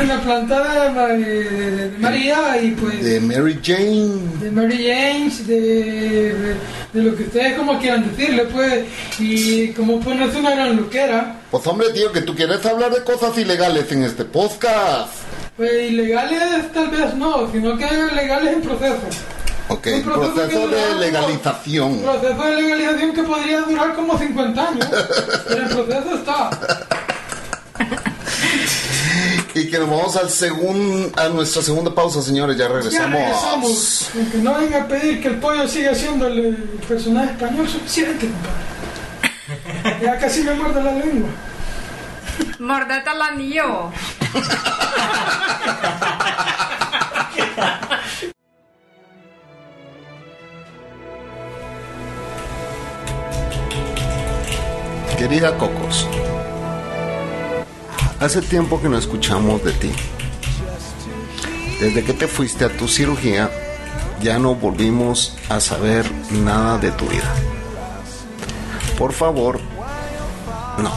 S5: una planta de, ma- de- de- de María y pues.
S2: De Mary Jane.
S5: de Mary James, de, de, de lo que ustedes como quieran decirle, pues, y como ponerse una gran loquera.
S2: Pues hombre, tío, que tú quieres hablar de cosas ilegales en este podcast.
S5: Pues ilegales tal vez no, sino que legales en proceso.
S2: Ok,
S5: Un proceso
S2: proceso
S5: que
S2: de
S5: duraba-
S2: legalización.
S5: proceso de legalización que podría durar como 50 años, pero el proceso está.
S2: Y que nos vamos al segun- a nuestra segunda pausa, señores. Ya
S5: Ya
S2: regresamos.
S5: regresamos. Aunque no venga a pedir que el pollo siga siendo el eh, personaje español suficiente, compadre. Ya casi me muerde la lengua.
S7: Mordete el anillo.
S2: Querida Cocos, hace tiempo que no escuchamos de ti. Desde que te fuiste a tu cirugía, ya no volvimos a saber nada de tu vida. Por favor, no.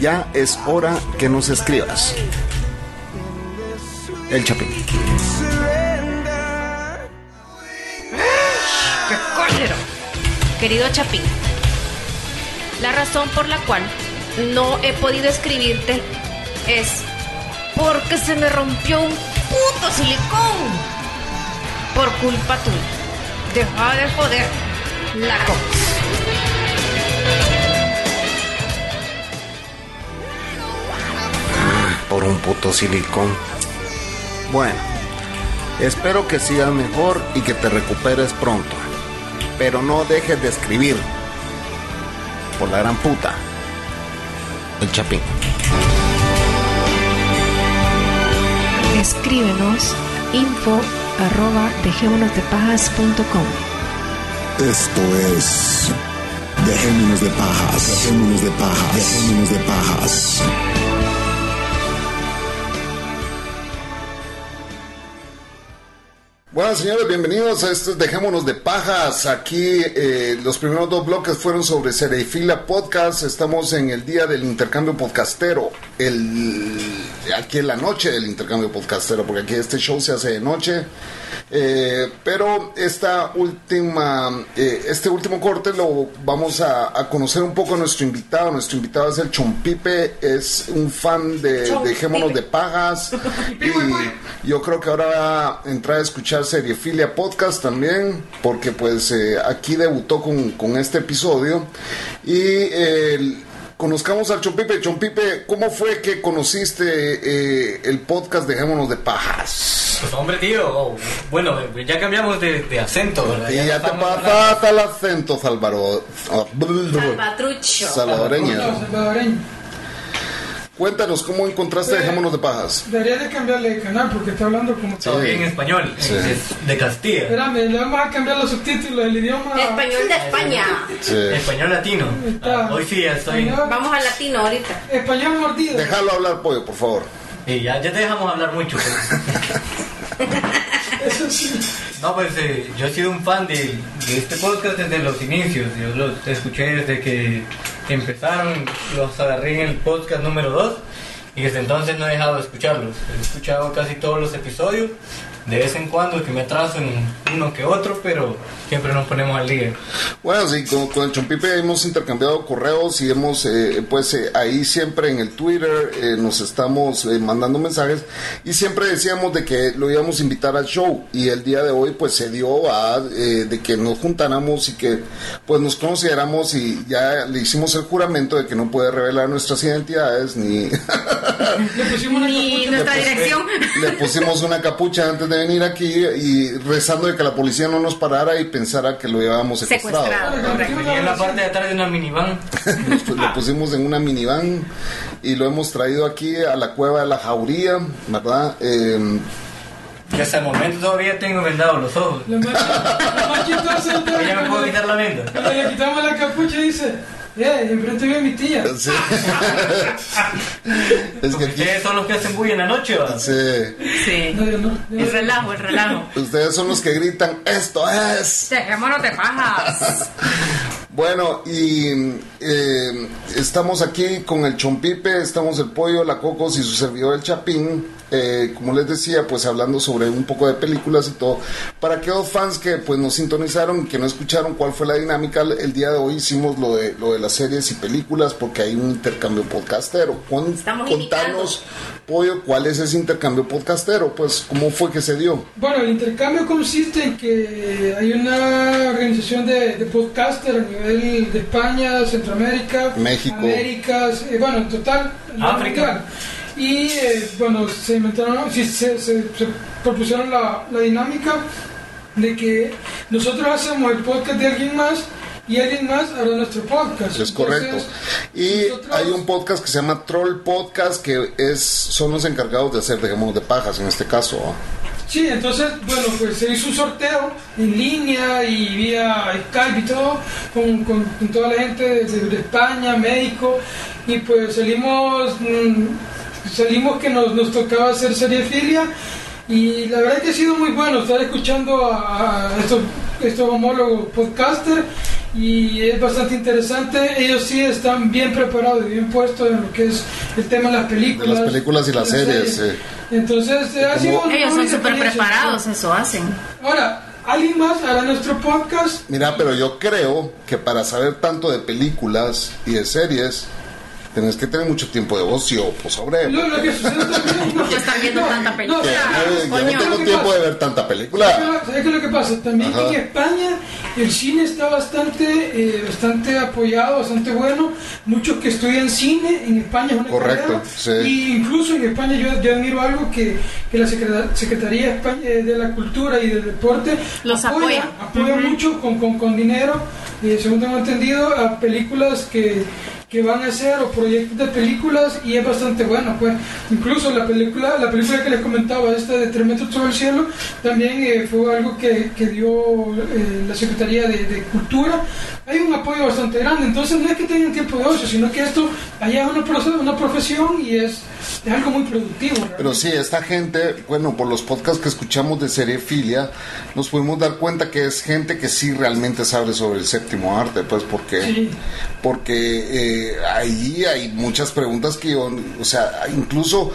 S2: Ya es hora que nos escribas. El Chapín.
S7: Cólero. Querido Chapín, la razón por la cual no he podido escribirte es porque se me rompió un puto silicón. Por culpa tuya. Deja de joder. La cox.
S2: Por un puto silicón. Bueno, espero que sigas mejor y que te recuperes pronto. Pero no dejes de escribir. Por la gran puta. El Chapín.
S12: Escríbenos info arroba dejémonosdepajas.com.
S6: Esto es Dejémonos de pajas, dejémonos de pajas, dejémonos de pajas.
S2: Bueno, señores, bienvenidos a este Dejémonos de Pajas. Aquí eh, los primeros dos bloques fueron sobre Cerefila Podcast. Estamos en el día del intercambio podcastero. El, aquí en la noche del intercambio podcastero, porque aquí este show se hace de noche. Eh, pero esta última, eh, este último corte lo vamos a, a conocer un poco a nuestro invitado. Nuestro invitado es el Chompipe, es un fan de
S9: Chompipe.
S2: Dejémonos de Pajas. Y yo creo que ahora va a entrar a escuchar Seriefilia Podcast también, porque pues eh, aquí debutó con, con este episodio. Y eh, el- conozcamos al Chompipe. Chompipe, ¿cómo fue que conociste eh, el podcast Dejémonos de Pajas?
S8: Pues hombre, tío, oh, bueno, ya cambiamos de, de acento, ¿verdad?
S2: Y ya te
S8: estamos
S2: pasa hasta el acento salvador-
S7: Patrucho.
S2: salvadoreño.
S5: Salvadoreño.
S2: Cuéntanos cómo encontraste Dejémonos de Pajas.
S5: Debería de cambiarle de canal porque está hablando como...
S2: Sí. Bien
S8: español. Es de Castilla.
S5: Espérame, le vamos a cambiar los subtítulos, el idioma...
S7: Español de España.
S8: Español latino. Ah, hoy sí ya estoy.
S7: Vamos al latino ahorita.
S5: Español mordido.
S2: Déjalo hablar, pollo, por favor.
S8: Y ya, ya te dejamos hablar mucho. pues. No, pues eh, yo he sido un fan de, de este podcast desde los inicios. Yo lo escuché desde que empezaron, los agarré en el podcast número 2 y desde entonces no he dejado de escucharlos. He escuchado casi todos los episodios, de vez en cuando que me atraso en uno que otro, pero siempre nos ponemos al día.
S2: Bueno, sí, con, con el Chompipe hemos intercambiado correos y hemos, eh, pues eh, ahí siempre en el Twitter eh, nos estamos eh, mandando mensajes y siempre decíamos de que lo íbamos a invitar al show y el día de hoy pues se dio a eh, de que nos juntáramos y que pues nos consideramos y ya le hicimos el juramento de que no puede revelar nuestras identidades ni...
S7: Y nuestra
S2: Le pus-
S7: dirección.
S2: Le pusimos una capucha antes de venir aquí y rezando de que la policía no nos parara y pensara que lo llevábamos secuestrado.
S8: Y en la parte de atrás de una minivan.
S2: Pues lo pusimos en una minivan y lo hemos traído aquí a la cueva de la Jauría, ¿verdad? Eh,
S8: Y hasta el momento todavía tengo vendados los ojos.
S5: Ya
S8: me puedo quitar la venda.
S5: Cuando le quitamos la capucha dice, eh, enfrente vive mi tía.
S8: Ustedes son los que hacen bulla en la noche, ¿verdad?
S2: sí.
S7: Sí. El relajo, el relajo.
S2: Ustedes son los que gritan, esto es.
S7: Dejémonos de pajas.
S2: Bueno, y eh, estamos aquí con el Chompipe, estamos el Pollo, la Cocos y su servidor el Chapín. eh, como les decía, pues hablando sobre un poco de películas y todo. Para aquellos fans que pues nos sintonizaron y que no escucharon cuál fue la dinámica, el- el día de hoy hicimos lo de, lo de las series y películas porque hay un intercambio podcastero. Con- contanos, Pollo, cuál es ese intercambio podcastero, pues cómo fue que se dio.
S5: Bueno, el intercambio consiste en que hay una organización de, de podcaster a nivel de España, Centroamérica,
S2: México.
S5: Américas, eh, bueno, en total, en
S8: África.
S5: mundial. Y eh, bueno, se inventaron, sí, se, se- se propusieron la, la dinámica de que nosotros hacemos el podcast de alguien más y alguien más hará nuestro podcast.
S2: Es correcto.
S5: Entonces,
S2: Y hay un podcast que se llama Troll Podcast, que es son los encargados de hacer, digamos, de pajas en este caso. ¿ah?
S5: Sí, entonces, bueno, pues se hizo un sorteo en línea y vía Skype y todo, con, con- con toda la gente de, de España, México, y pues salimos, mm, salimos que nos, nos tocaba hacer serie filia, y la verdad que ha sido muy bueno estar escuchando a, a estos, estos homólogos podcasters, y es bastante interesante, ellos sí están bien preparados y bien puestos en lo que es el tema de las películas.
S2: las películas y las series. eh.
S5: Entonces, eh, ha sido una
S7: Ellos son
S5: bonita
S7: súper
S5: experiencia.
S7: preparados, eso hacen.
S5: Ahora, ¿alguien más hará nuestro podcast?
S2: Mira, pero yo creo que para saber tanto de películas y de series, tenés que tener mucho tiempo de ocio, pues sobre.
S5: No, lo que sucede también. No,
S7: están viendo tanta película.
S2: Que, eh, yo no tengo tiempo de ver tanta película.
S5: ¿Sabes qué es lo que pasa? También
S2: Ajá.
S5: que en España el cine está bastante, eh, bastante apoyado, bastante bueno. Muchos que estudian cine en España es una
S2: Correcto,
S5: carrera.
S2: sí.
S5: Y incluso en España yo, yo admiro algo que, que la Secreta- Secretaría Espa- eh, de la Cultura y del Deporte
S7: Los
S5: apoya mucho con, con, con dinero, eh, según tengo entendido, a películas que, que van a hacer o proyectos de películas y es bastante bueno. pues Incluso la película la película que les comentaba, esta de Tres metros sobre el cielo, también eh, fue algo que, que dio eh, la Secretaría de, de Cultura. Hay un apoyo bastante grande, entonces no es que tengan tiempo de ocio, sino que esto allá es una, profe- una profesión y es, es algo muy productivo. ¿verdad?
S2: Pero sí, esta gente, bueno, por los podcasts que escuchamos de Seriefilia, nos pudimos dar cuenta que es gente que sí realmente sabe sobre el séptimo arte, pues porque,
S5: Sí.
S2: porque eh, ahí hay muchas preguntas que yo, o sea, incluso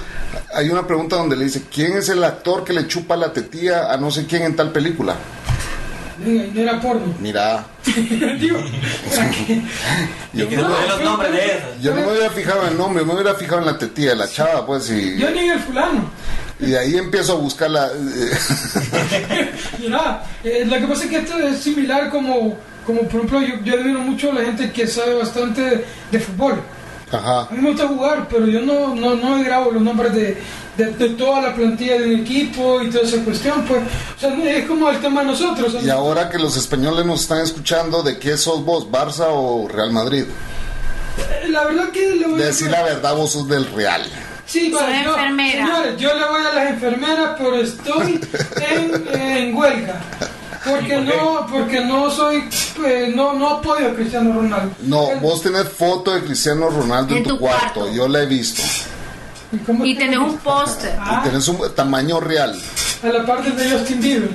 S2: hay una pregunta donde le dice, ¿quién es el actor que le chupa la tetía a no sé quién en tal película?
S5: Venga, y no era porno.
S2: Mira,
S5: Digo, ¿para qué?
S2: yo
S5: que no
S2: no, me-
S5: me dé los nombres de esas.
S2: yo no me hubiera fijado en el nombre, me hubiera fijado en la tetía de la chava, pues, y,
S5: Yo ni en el fulano.
S2: y de ahí empiezo a buscar la... eh,
S5: Mira, eh, lo que pasa es que esto es similar como, como por ejemplo, yo, yo admiro mucho a la gente que sabe bastante de fútbol. A
S2: Ajá.
S5: mí me gusta jugar, pero yo no, no, no me grabo los nombres de, de, de toda la plantilla de un equipo y toda esa cuestión. Pues, o sea, no, es como el tema de nosotros. o
S2: Y
S5: sea,
S2: ahora que los españoles nos están escuchando, ¿de qué sos vos, Barça o Real Madrid?
S5: eh, la verdad que le voy a
S2: Decir la verdad, vos sos del Real.
S5: Sí, vale,
S7: Soy
S5: yo-
S7: enfermera.
S5: señores, yo le voy a las enfermeras, pero estoy en, en huelga. Porque no, porque no soy, eh, no, no apoyo a Cristiano Ronaldo.
S2: No, vos tenés foto de Cristiano Ronaldo en, tu, cuarto. yo la he visto.
S7: Y tenés un póster.
S2: Y tenés un tamaño real.
S5: A la parte de Justin Bieber.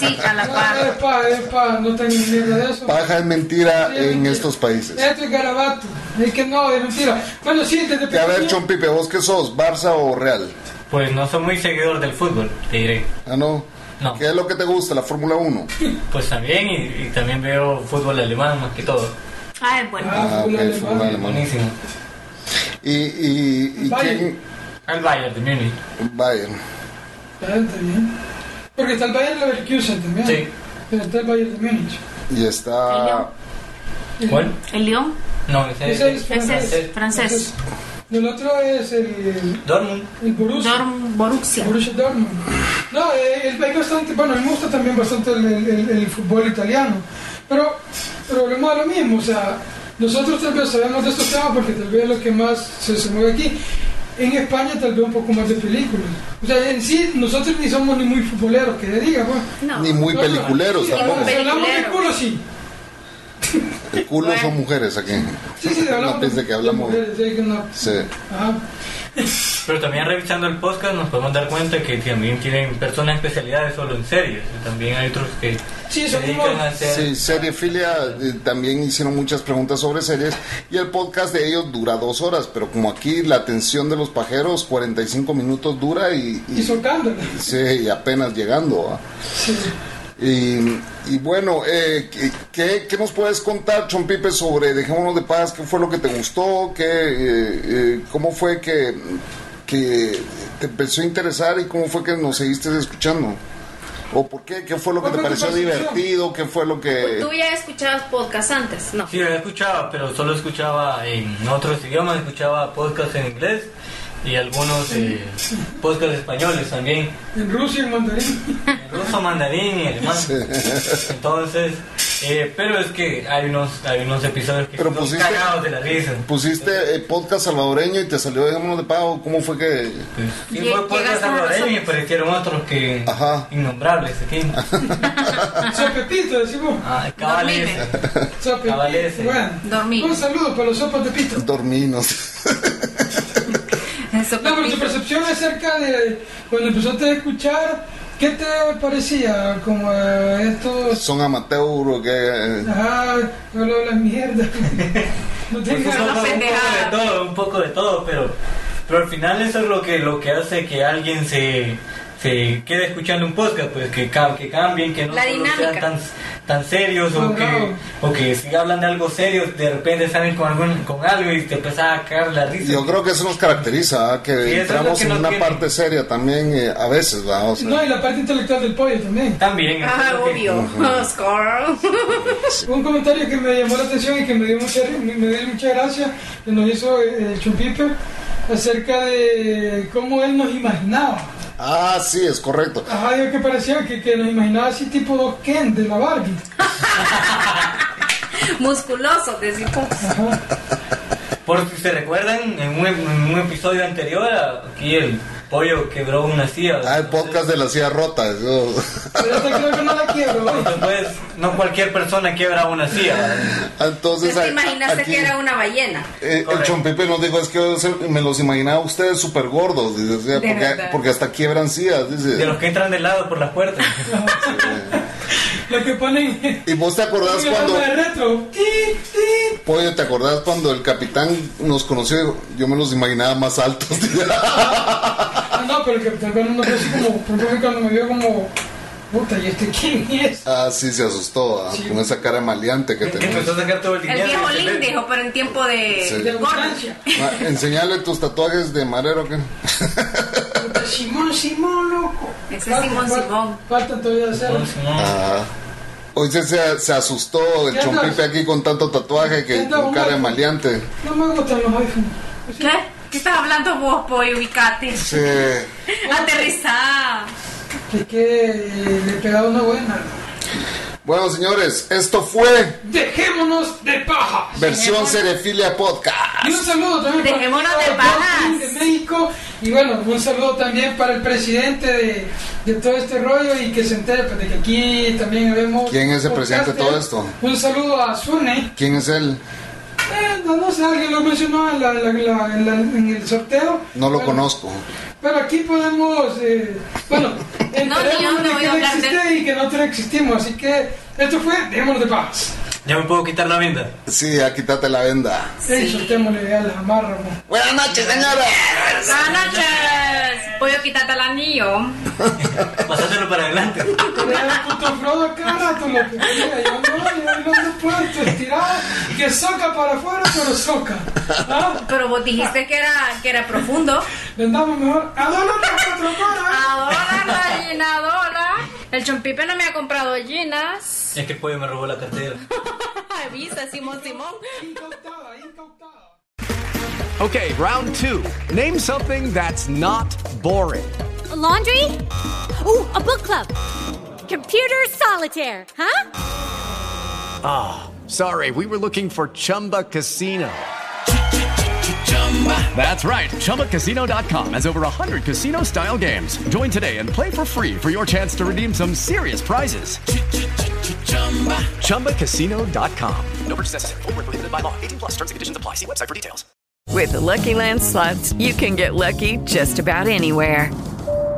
S7: Sí, a la
S5: par. Es pa, es pa, no tengo ni mierda de eso.
S2: Paja es mentira en estos países.
S5: Esto es garabato. Es que no, es mentira. Bueno, sí, desde
S2: Y a ver,
S5: pequeño.
S2: Chompipe, ¿vos qué sos, Barça o Real?
S8: Pues no soy muy seguidor del fútbol, te diré.
S2: Ah, no. ¿Qué es lo que te gusta, la Fórmula 1?
S8: Pues también, y, y también veo fútbol alemán más que todo.
S7: Ah, es bueno.
S2: Ah, ok, fútbol alemán.
S8: Buenísimo.
S2: ¿Y, y, y quién?
S8: El Bayern de Múnich.
S2: Bayern.
S5: Ah, está bien. Porque está el Bayern Leverkusen también. Sí. Pero está el Bayern de Múnich.
S2: Y está...
S8: ¿Cuál?
S7: El León.
S8: No,
S5: Ese es
S7: Ese
S5: francés.
S7: es francés.
S5: El otro es el.
S8: Dortmund.
S5: El Borussia.
S7: Borussia.
S5: Borussia Dortmund. No, eh, el, hay bastante. Bueno, a mí me gusta también bastante el, el- el- el fútbol italiano. Pero, pero volvemos a lo mismo. O sea, nosotros tal vez sabemos de estos temas porque tal vez es lo que más se, se mueve aquí. En España tal vez un poco más de películas. O sea, en sí, nosotros ni somos ni muy futboleros, que le diga, pues.
S2: Ni muy peliculeros
S5: sí,
S2: tampoco.
S5: Si hablamos de culo, sí.
S2: El culo son mujeres aquí.
S5: Sí, sí, hablamos
S2: No piense que hablamos...
S5: Mujeres, sí, que no.
S2: Sí.
S5: Ajá.
S8: Pero también revisando el podcast nos podemos dar cuenta que también tienen personas especialidades solo en series. y También hay otros que se dedican a hacer...
S2: Sí, Seriefilia eh, también hicieron muchas preguntas sobre series y el podcast de ellos dura dos horas, pero como aquí la atención de los pajeros 45 minutos dura y, y-
S5: Y socando.
S2: sí, y apenas llegando. ¿ah? Y, y bueno, eh, ¿qué- ¿qué, qué nos puedes contar, Chompipe, sobre Dejémonos de Paz? ¿Qué fue lo que te gustó? ¿Qué, eh, eh, ¿Cómo fue que, que te empezó a interesar y cómo fue que nos seguiste escuchando? ¿O por qué? ¿Qué Pues fue Pues lo que te pareció divertido? ¿Qué fue lo que...?
S7: ¿Tú ya escuchabas podcast antes? No.
S8: Sí, yo escuchaba, pero solo escuchaba en otros idiomas, escuchaba podcasts en inglés y algunos eh, podcasts españoles también,
S5: En Rusia, en mandarín.
S8: en ruso, mandarín y alemán. Entonces, Eh, pero es que hay unos, hay unos episodios que
S2: Pero
S8: son
S2: pusiste-
S8: cagados de la risa.
S2: Pusiste eh, podcast salvadoreño y te salió Dejémonos de Pago. ¿Cómo fue que.?
S8: Pues, Sí, fue podcast salvadoreño y aparecieron otros que innombrables aquí.
S5: Pepito, decimos.
S8: Ah, cabales. Cabales.
S5: Bueno, un saludo para los sopas de pito.
S2: Dorminos.
S5: No, pero tu percepción acerca de cuando empezaste a escuchar, ¿qué te parecía? Como eh, estos.
S2: Son amateur o qué.
S5: Ah, hablo de la mierda. No
S8: Pues
S5: tengas
S8: eso es un poco de todo, un poco de todo, pero, pero al final eso es lo que, lo que hace que alguien se, se quede escuchando un podcast, pues que, cam- que cambien, que no
S7: La
S8: solo
S7: dinámica.
S8: sean tan, tan serios o, que, o que si hablan de algo serio, de repente salen con, algún, con algo y te empezás a cagar la risa.
S2: Yo creo que eso nos caracteriza, ¿ah? que
S8: eso es lo
S2: entramos
S8: que
S2: en
S8: nos
S2: una
S8: tiene.
S2: parte seria también eh, a veces, ¿verdad? O sea,
S5: No, y la parte intelectual del pollo también.
S8: También.
S7: Ah, obvio.
S2: Ujú.
S5: Un comentario que me llamó la atención y que me dio mucha, me me dio mucha gracia, que nos hizo eh, el Chumpipe, acerca de cómo él nos imaginaba.
S2: Ah, sí, es correcto.
S5: Ajá, yo que parecía que, que nos imaginaba así tipo dos Ken de la Barbie.
S7: Musculoso, decimos.
S8: Por si se recuerdan, en un, en un episodio anterior, aquí el pollo quebró una silla.
S2: Ah, el podcast de la silla rota. eso.
S8: Entonces, pues, no cualquier persona quiebra una silla.
S2: Entonces,
S7: Pues, ¿Te
S2: a-
S7: imaginaste
S2: aquí,
S7: que era una ballena?
S2: eh, el Chompipe nos dijo, es que yo se- me los imaginaba a ustedes súper gordos, dice, o sea,
S7: De
S2: porque,
S7: verdad.
S2: porque hasta quiebran sillas,
S8: De
S2: dice.
S8: los que entran de lado por las puertas.
S5: Lo que ponen.
S2: ¿Y vos te acordás
S5: Una
S2: cuando,
S5: broma de retro. Ti, ti.
S2: Pollo, te acordás cuando el capitán nos conoció? Dijo, Yo me los imaginaba más altos. dice.
S5: Ah, no, pero el Capitán Cuerno no fue así como. Por ejemplo, cuando me vio como. Puta, ¿y este quién es?
S2: ah, sí, se asustó, ah, con esa cara maleante que tenía.
S8: Empezó a sacar todo
S7: El
S8: el dinero.
S7: viejo
S8: y se
S7: Lin
S8: le-
S7: dijo, pero en tiempo de,
S2: Sí.
S7: de gordo.
S2: Ah, Enseñale tus tatuajes de marero. ¿qué?
S5: Puta, Simón, Simón, loco.
S7: Ese es Simón,
S5: Simón. Falta todavía hacer.
S2: Ah. Hoy se, se, se asustó el
S5: ¿Qué andas?
S2: chompipe aquí con tanto tatuaje
S5: ¿Qué
S2: que
S5: andas,
S2: con cara de
S5: Omar?
S2: maleante.
S5: No me gustan los iPhones.
S7: ¿Qué? ¿Qué estás hablando vos, pollo? Ubicate.
S2: Sí.
S7: Aterrizá.
S5: Es que eh, le he pegado una buena.
S2: Bueno, señores, esto fue
S5: Dejémonos de paja.
S2: versión Cerefilia Podcast.
S5: Y un saludo también
S7: Dejémonos
S5: para
S7: de
S5: el
S7: pajas.
S5: de México. Y bueno, un saludo también para el presidente de, de todo este rollo y que se entere pues, de que aquí también vemos.
S2: ¿Quién es el presidente de todo esto?
S5: Un saludo a Sune.
S2: ¿Quién es él?
S5: Eh, no, no sé, alguien lo mencionó en, la- la- la- en la- en el sorteo.
S2: No lo conozco.
S5: Pero aquí podemos. eh, bueno,
S7: yo
S5: enteremos
S7: no
S5: de
S7: voy
S5: que
S7: a
S5: no
S7: hablar de-
S5: existe y que nosotros existimos. Así que esto fue Dejémonos de Pajas.
S8: Ya me puedo quitar la venda.
S2: Sí, ya quítate la venda.
S5: Sí, soltémosle ya las amarras. ¿no?
S2: Buenas noches, señores.
S7: Buenas noches. Pollo, quítate el anillo.
S8: Pasátelo para adelante.
S5: Era el puto Frodo cada rato lo que quería. Yo no, yo no puedo estirar. Que soca para afuera, pero soca. ¿Ah?
S7: Pero vos dijiste que era, que era profundo.
S5: Vendamos mejor. Ah, A dólar por cuatro
S7: Ah.
S5: colas.
S7: Adora, reina, adora. El chompipe no me ha comprado llenas.
S8: Es que el pollo me robó la cartera.
S7: Avisa, Simón, Simón.
S5: Incautada, incautada.
S13: Okay, round two. Name something that's not boring.
S3: laundry? Ooh, a book club. Computer solitaire, huh?
S13: Ah, sorry, we were looking for Chumba Casino. That's right, ChumbaCasino.com has over 100 casino style games. Join today and play for free for your chance to redeem some serious prizes. ChumbaCasino.com. No purchase necessary, forward prohibited by law, 18 plus terms and conditions apply. See website for details.
S14: With the Lucky Land slots, you can get lucky just about anywhere.